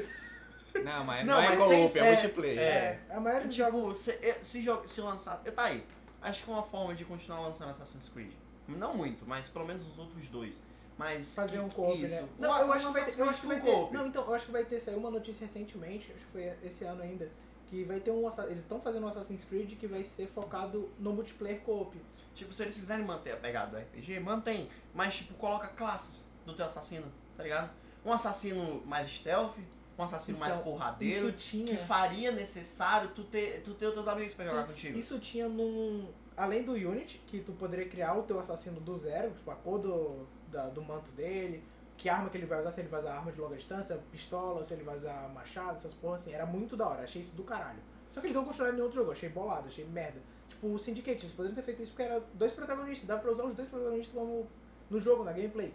Não, mas Não, não, é mas co-op, sem é ser- multiplayer. É. a maioria dos Tipo, jogos. se, é, se, joga- se lançar. Tá aí. Acho que uma forma de continuar lançando Assassin's Creed. Não muito, mas pelo menos os outros dois. Mas. fazer que- um co-op, isso. né? Não, eu acho que vai Assassin's ter, eu Creed acho que vai com ter. co-op. Não, então, eu acho que vai ter, saiu uma notícia recentemente, acho que foi esse ano ainda, que vai ter um Assa- eles estão fazendo um Assassin's Creed que vai ser focado no multiplayer co-op. Tipo, se eles quiserem manter a pegada do RPG, mantém. Mas, tipo, coloca classes do teu assassino, tá ligado? Um assassino mais stealth, um assassino mais Então, porradeiro. isso tinha. Que faria necessário tu ter, tu ter os teus amigos pra jogar contigo. Isso tinha num além do Unity, que tu poderia criar o teu assassino do zero, tipo a cor do da- do manto dele, que arma que ele vai usar, se ele vai usar arma de longa distância, pistola, ou se ele vai usar machado, essas porra assim, era muito da hora, achei isso do caralho. Só que eles não continuaram em nenhum outro jogo, achei bolado, achei merda. Tipo, o Syndicate, eles poderiam ter feito isso porque era dois protagonistas, dava pra usar os dois protagonistas como no jogo, na gameplay.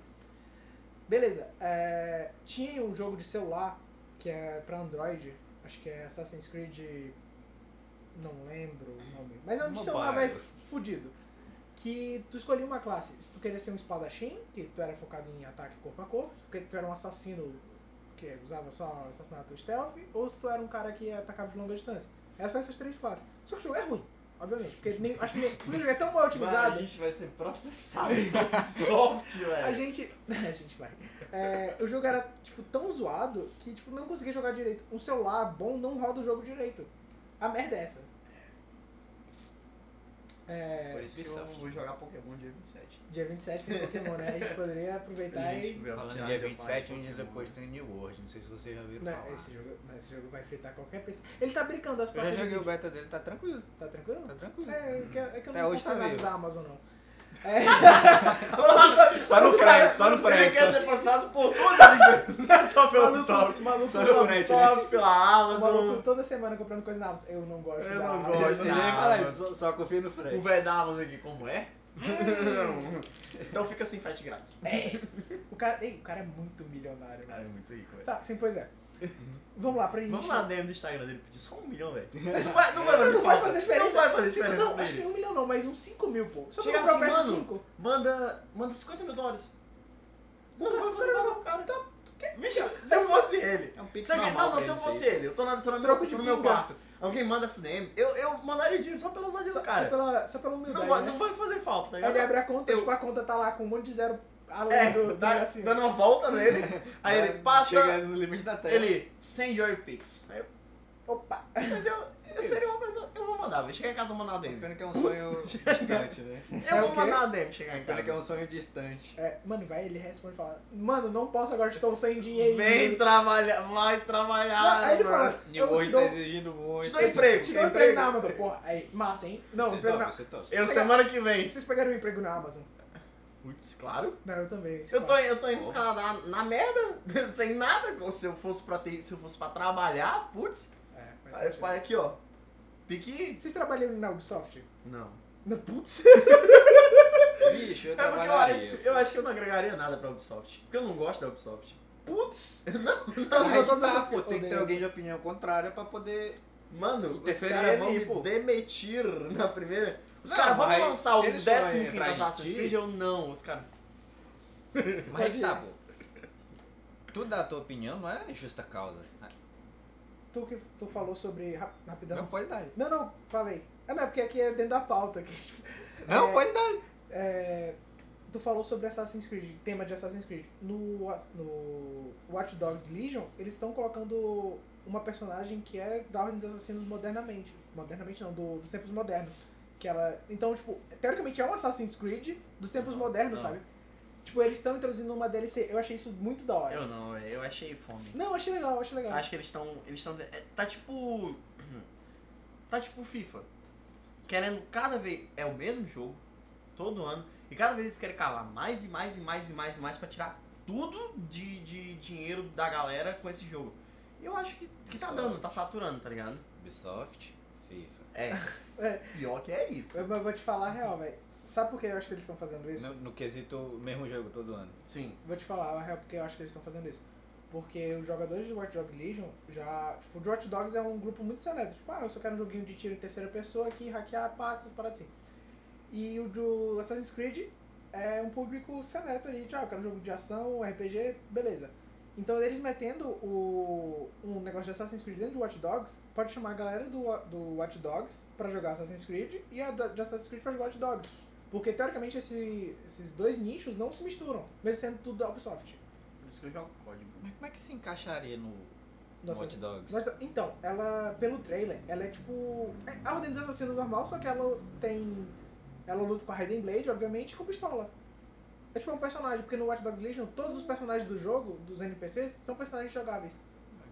Beleza, é, tinha um jogo de celular que é pra Android, acho que é Assassin's Creed. Não lembro o nome, mas é um de Mobile. celular velho fudido. Que tu escolhia uma classe, se tu queria ser um espadachim, que tu era focado em ataque corpo a corpo, se tu era um assassino que usava só assassinato stealth, ou se tu era um cara que atacava de longa distância. Era só essas três classes. Só que o jogo é ruim, obviamente, porque nem- acho que nem- o jogo é tão mal Mano, a otimizado. gente vai ser processado pela Ubisoft, velho. A gente. A gente vai. É, o jogo era, tipo, tão zoado que, tipo, não conseguia jogar direito. Um celular bom não roda o jogo direito. A merda é essa. É, Por isso que eu vou jogar Pokémon dia 27. Dia 27 tem Pokémon, né? A gente poderia aproveitar e. Falando é em dia 27, um dia depois tem New World. Não sei se vocês já viram Não, falar. né, esse jogo, não, esse jogo vai fritar qualquer pessoa. Ele tá brincando das Eu já placas de joguei o vídeo. beta dele, tá tranquilo. Tá tranquilo? Tá tranquilo. É, é que, é que eu Até não hoje posso tá nada vivo. da Amazon, não. É, Só no Fred, só no Ele Fred. quer ser processado por todas as empresas, não é só pela Maluco- Ubisoft. maluco só pela sabe, né? Ubisoft, pela o maluco Amazon. toda semana comprando coisa na Amazon. Eu não gosto Eu da não Amazon. Ele- gosto. Ele ia falar isso, só- só confia no O Fred. velho da Amazon aqui, como é? então fica sem frete grátis. É. O cara, ei, o cara é muito milionário, Cara, né? é muito rico, velho. Tá, sim, pois é. Vamos lá, pra gente. Vamos lá, DM do Instagram dele pedir só um milhão, velho. Não vai, não vai fazer Não vai falta. fazer diferença. Não vai fazer diferença Não, pra acho que ele. um milhão não, mas uns 5 mil, pô. Só Chega pra comprar assim, o PS5. mano, manda, manda 50 mil dólares. Não, vai fazer falta pro cara. Vixe, se eu fosse ele. É um pix Se alguém- normal não, não, pra se eu eles fosse aí. ele, eu tô, na, tô, na Um Troco meu, de tô no meu pinga. quarto. Alguém manda essa DM, eu, eu mandaria dinheiro só pela ousadia Só, do só cara. pela, só pela humildade. Não vai, né? não vai fazer falta, tá Aí ele ligado? abre a conta, Eu- tipo, a conta tá lá com um monte de zero além É, do, do tá assim. dando uma volta nele, aí ele Vai- passa, Chega no limite da tela. ele, send your pics. Aí eu, Opa! entendeu? Eu seria uma coisa, eu vou mandar, vou chegar em casa e mandar uma DM. Pena que é um sonho distante, né? Eu É o vou quê? mandar uma DM chegar em Pena que é casa. um sonho distante. É, mano, vai, ele responde e fala: Mano, não posso agora, estou sem dinheiro. Vem trabalhar, vai trabalhar, Não, aí ele fala: mano. New Eu te World dou, tá te exigindo Te muito. dou emprego, te dou dou um emprego na emprego. tá Amazon, porra. Aí, massa, hein? Não, Você emprego topa, na. você topa. Eu semana que vem. Vocês pegaram um emprego na Amazon? Putz, claro. Não, eu também. Eu tô, eu tô indo pro Porra. Canadá na merda, sem nada. Se eu fosse pra, ter, se eu fosse pra trabalhar, putz, É, faz aí eu sentido. falei aqui, ó. Pique. Vocês trabalham na Ubisoft? Não. Na putz? Bicho, eu É porque eu, acho- trabalharia. eu acho que eu não agregaria nada pra Ubisoft. Porque eu não gosto da Ubisoft. Putz! Mas Usou aí que todas tá, as pô, tem que ter odeio. alguém de opinião contrária pra poder. Mano, os Interferir caras vão ali, me pô. demitir na primeira. Os Não, caras vão mas lançar o se eles 15 forem entrar em Assassin's ti- Creed, eu não. Os caras. Mas aí que tá, pô. Tu dá a tua opinião, não é justa causa. Tu que tu falou sobre. rap- Rapidão. Não pode dar. Não, não, falei. Ah, não, porque aqui é dentro da pauta. Que, Não É. pode dar. é, tu falou sobre Assassin's Creed, tema de Assassin's Creed. No, As- no Watch Dogs Legion, eles estão colocando uma personagem que é da Ordem dos Assassinos modernamente. Modernamente não, do- dos tempos modernos. Que ela. Então, tipo, teoricamente é um Assassin's Creed dos tempos Não, modernos, não. sabe? Tipo, eles estão introduzindo uma DLC. Eu achei isso muito da hora. Eu não, velho. eu achei fome. Não, achei legal, achei legal. Acho que eles estão. Eles estão. é, Tá tipo. Tá tipo FIFA. Querendo cada vez. É o mesmo jogo, todo ano. E cada vez eles querem calar mais e mais e mais e mais e mais pra tirar tudo de, de dinheiro da galera com esse jogo. E eu acho que, que tá Só. dando, tá saturando, tá ligado? Ubisoft, FIFA. É. É. Pior que é isso. Eu, eu vou te falar a real, velho. Sabe por que eu acho que eles estão fazendo isso? No, no quesito, mesmo jogo todo ano. Sim. Vou te falar a real porque eu acho que eles estão fazendo isso. Porque os jogadores de Watch Dogs Legion já. Tipo, de Watch Dogs é um grupo muito seleto. Tipo, ah, eu só quero um joguinho de tiro em terceira pessoa aqui, hackear, pá, essas paradas assim. E o do Assassin's Creed é um público seleto aí, tipo, ah, eu quero um jogo de ação, RPG, beleza. Então eles metendo o, um negócio de Assassin's Creed dentro de Watch Dogs, pode chamar a galera do, Wa- do Watch Dogs pra jogar Assassin's Creed e a da- de Assassin's Creed pra jogar Watch Dogs. Porque teoricamente esse- esses dois nichos não se misturam, mesmo sendo tudo da Ubisoft. Por isso que eu jogo código. Mas como é que se encaixaria no No no Watch Assassin's- Dogs? Mas, então, ela, pelo trailer, ela é tipo. É a Ordem dos Assassinos normal, só que ela tem. Ela luta com a Raiden Blade, obviamente, e com pistola. É tipo um personagem, porque no Watch Dogs Legion, todos os personagens do jogo, dos NPCs, são personagens jogáveis.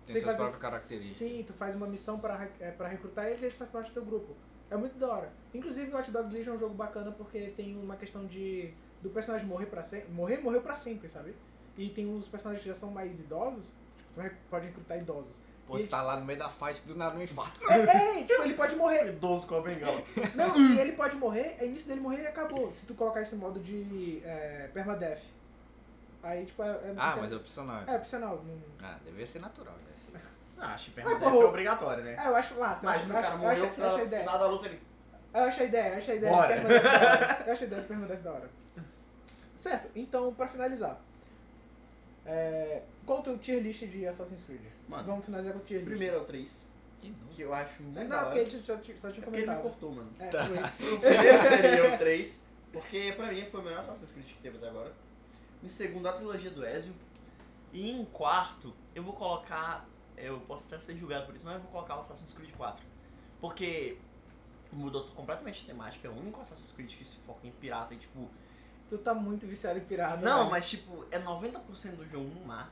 Tem que suas fazer- próprias características. Sim, tu faz uma missão pra, re- é, pra recrutar eles e eles fazem parte do teu grupo. É muito da hora. Inclusive, o Watch Dogs Legion é um jogo bacana porque tem uma questão de do personagem morrer pra sempre. Morrer, morreu pra sempre, sabe? E tem uns personagens que já são mais idosos, tipo, tu re- pode recrutar idosos. E Pô, ele- tá lá no meio da fight, do nada um infarto. É, é, tipo, ele pode morrer. Idoso com a bengala. Não, e ele pode morrer, é início dele morrer e acabou. Se tu colocar esse modo de é, permadeath. Aí, tipo, é. é- Ah, mas é opcional. É opcional. não- Ah, devia ser natural, devia ser. Ah, acho que Mas, permadeath pô, é obrigatório, né? É, eu acho lá, eu acho, Imagina o cara eu acho, morreu, eu acho, eu acho a no ideia. final da luta ele... Eu acho a ideia, eu acho a ideia do Bora. permadeath da hora. Eu acho a ideia do permadeath da hora. Certo, então, pra finalizar. É, qual o teu tier list de Assassin's Creed? Mano. Vamos finalizar com o tier list. Primeiro é o 3, De novo. que eu acho muito Não, da porque hora. a gente só, tinha- só É tinha porque ele me comentado. cortou, mano. É, foi. O primeiro seria o 3, porque pra mim foi o melhor Assassin's Creed que teve até agora. Em segundo, a trilogia do Ezio. E em quarto, eu vou colocar. Eu posso até ser julgado por isso, mas eu vou colocar o Assassin's Creed 4. Porque mudou completamente a temática. É o único Assassin's Creed que se foca em pirata e tipo. tu tá muito viciado em pirata. né? Não, velho. mas tipo, é 90% do jogo no mar.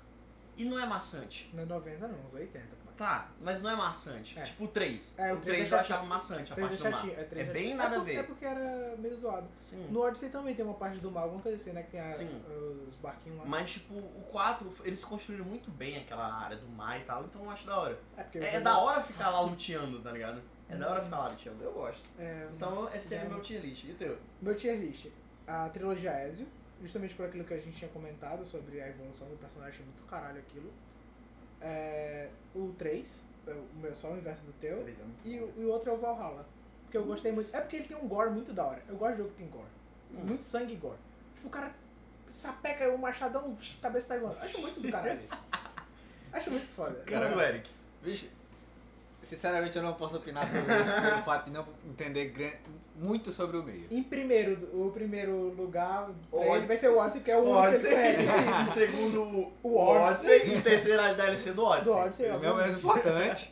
E não é maçante. Não é 90 não, uns 80. pô. Tá, mas não é maçante. É. Tipo o 3. É, o o três 3 é eu chatinho. achava maçante a Três parte do mar. chatinho, três Tá É bem chatinho. nada a por- ver. É porque era meio zoado. Sim. No Odyssey também tem uma parte do mar, alguma coisa assim, né? Que tem a- Sim. os barquinhos lá. Mas, tipo, o 4, eles construíram muito bem aquela área do mar e tal, então eu acho da hora. É, porque o É, jogo- da hora ficar lá luteando, tá ligado? É da hora ficar lá luteando, eu gosto. Uhum. É, Então, esse seria é. meu tier list. E o teu? Meu tier list, a trilogia Ezio, justamente por aquilo que a gente tinha comentado sobre a evolução do personagem, achei muito caralho aquilo. É, o 3, o meu só o inverso do teu. Três é muito E bom. o, e o outro é o Valhalla. Porque eu gostei muito. É porque ele tem um gore muito da hora. Eu gosto de jogo que tem gore. Hum. Muito sangue e gore. Tipo, o cara sapeca o machadão, cabeça sai voando. Acho muito do É caralho isso. Acho muito foda. E o Eric? Bicho, sinceramente eu não posso opinar sobre isso pelo fato de não entender gran- muito sobre o meio. Em primeiro, o primeiro lugar pra ele Odyssey. vai ser o Odyssey, porque é o único que ele é conhece. Em é segundo, O o Odyssey. Odyssey. E terceiro, as DLC do Odyssey. Do Odyssey, Ele não é o obviamente. menos importante.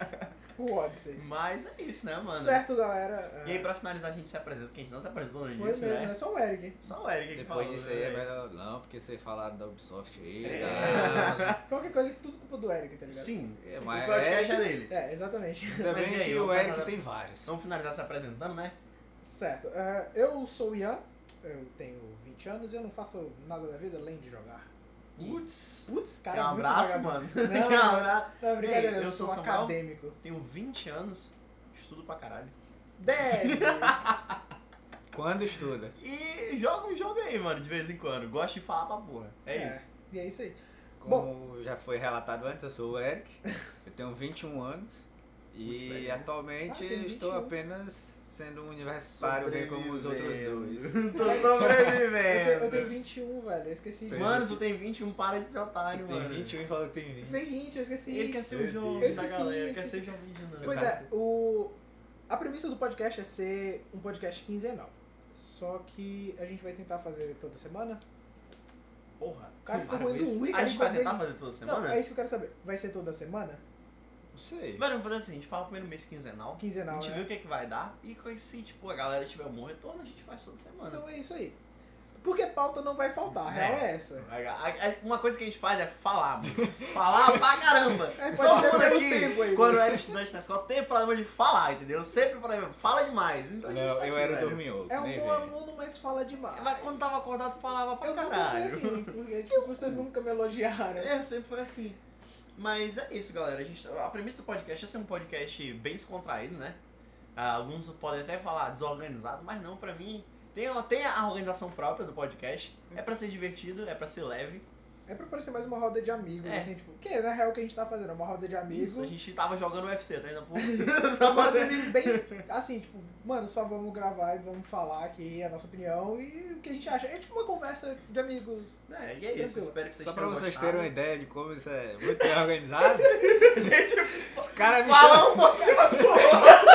O Odyssey. Mas é isso, né, mano? Certo, galera. é, E aí, pra finalizar, a gente se apresenta, que a gente não se apresentou Foi antes mesmo, disso, né? né? Só o Eric. Só o Eric que falou. Depois disso aí é né? melhor não, porque vocês falaram da Ubisoft aí. É. da- Qualquer coisa que tudo culpa do Eric, tá ligado? Sim, É, sim, mas o Eric- podcast é dele. É, exatamente. Ainda Mas e bem aí, que o vamos Eric passar- tem vários. Vamos finalizar se apresentando, né? Certo. é, eu sou o Ian, eu tenho 20 anos e eu não faço nada da vida além de jogar. Putz. Putz, cara, Quer um muito abraço, vagabundo. mano. Não, Quer um abraço. Não, brincadeira, Ei, eu, eu sou, sou Samuel. acadêmico. Tenho 20 anos, estudo pra caralho. É Deve! Quando estuda? E joga um jogo aí, mano, de vez em quando. Gosto de falar pra porra. É, isso. E é isso aí. Como já foi relatado antes, eu sou o Eric, eu tenho 21 anos Putz, e velho, né? atualmente Ah, tem estou 21. apenas sendo um universitário, bem como os outros dois. Sobrevivendo. Tô Eu tenho, um. eu tenho sobrevivendo. 21, velho, eu esqueci disso. Mano, tu tem 21, para de ser Tu otário, tem mano. 21 e um. fala que tem 20. Tem 20, eu esqueci. Ele quer ser o Eu jogo esqueci, da galera, eu quer ser esqueci. jovem de novo. Pois é, o... a premissa do podcast é ser um podcast quinzenal. Só que a gente vai tentar fazer toda semana. Porra. é O cara ficou Claro, roendo isso. um A gente vai tentar fazer fazer toda Não, semana? é isso que eu quero saber. Vai ser toda semana? Não sei. Mano, vamos fazer assim, a gente fala primeiro mês quinzenal. A Quinzenal, gente né? vê o que, é que vai dar e co- se tipo, a galera tiver um bom retorno, a gente faz toda semana. Então é isso aí. Porque pauta não vai faltar, Né? a real é essa. A- a- a- Uma coisa que a gente faz é falar, mano. Falar pra caramba. É, pode Todo ser mundo pelo um aqui, tempo aí, quando né? era estudante na escola, teve problema de falar, entendeu? Sempre problema. Fala demais. Então a gente Não, tá eu aqui, era velho. dorminhoco. É um nem bom vem. aluno, mas fala demais. Mas quando tava acordado, falava pra Eu nunca fui caralho. assim, porque tipo, vocês nunca me elogiaram. É, sempre foi assim. Mas é isso, galera. A, gente, a premissa do podcast é ser um podcast bem descontraído, né? Ah, Alguns podem até falar desorganizado, mas não, pra mim. Tem, tem a organização própria do podcast. É pra ser divertido, é pra ser leve. É pra parecer mais uma roda de amigos, É. assim, tipo, que na real o que a gente tá fazendo, é uma roda de amigos. Isso, a gente tá tava jogando UFC, tá ainda por. Uma roda de amigos bem assim, tipo, mano, só vamos gravar e vamos falar aqui a nossa opinião e o que a gente acha. É tipo uma conversa de amigos. É, e é isso. Tranquilo. Espero que vocês Só pra tenham vocês gostado. terem uma ideia de como isso é muito bem organizado, Gente, os caras me chamam. fala um por cima do outro.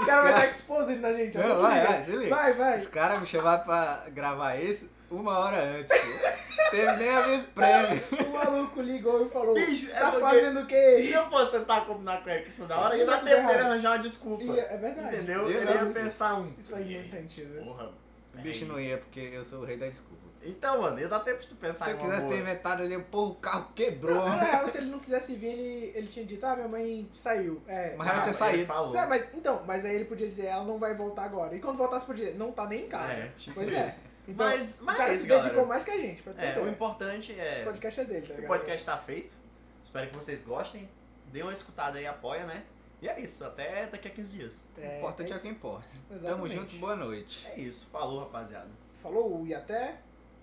O cara é. vai estar exposed na gente, ó, Não, só se vai, liga. vai, se liga. Vai, vai. Os caras me chamaram pra gravar isso uma hora antes, pô. Teve nem aviso prévio. O maluco ligou e falou: Bicho, é Tá porque- fazendo o quê? Se eu fosse tentar combinar com ele que isso da hora, Ia ia dar dar tudo tempo dele errado. arranjar uma desculpa. E é é verdade. Entendeu? Isso Ele é ia muito- pensar um. Isso faz muito sentido. né? Porra. O bicho é. não ia, porque eu sou o rei da desculpa. Então, mano, ia dar tempo de tu pensar Se eu em uma quisesse boa. ter inventado ali, pô, o carro quebrou. né? Na real, se ele não quisesse vir, ele, ele tinha dito, ah, minha mãe saiu. É. Mas ela tinha Ah, mas saído. ele Falou. É, mas então, mas aí ele podia dizer, ela não vai voltar agora. E quando voltasse, podia dizer, não tá nem em casa. É, tipo pois é. isso. Então, Mas- mas o cara é isso, se dedicou galera. mais que a gente, pra ter É, o ideia. importante é. O podcast é dele, tá O ligado? podcast tá feito. Espero que vocês gostem. dê uma escutada aí, apoia, né? E é isso, até daqui a 15 dias. É, o importante é, é o que importa. isso. Tamo Exatamente. junto, boa noite. É isso, falou rapaziada. Falou e até.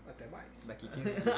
Até mais. Daqui 15 dias.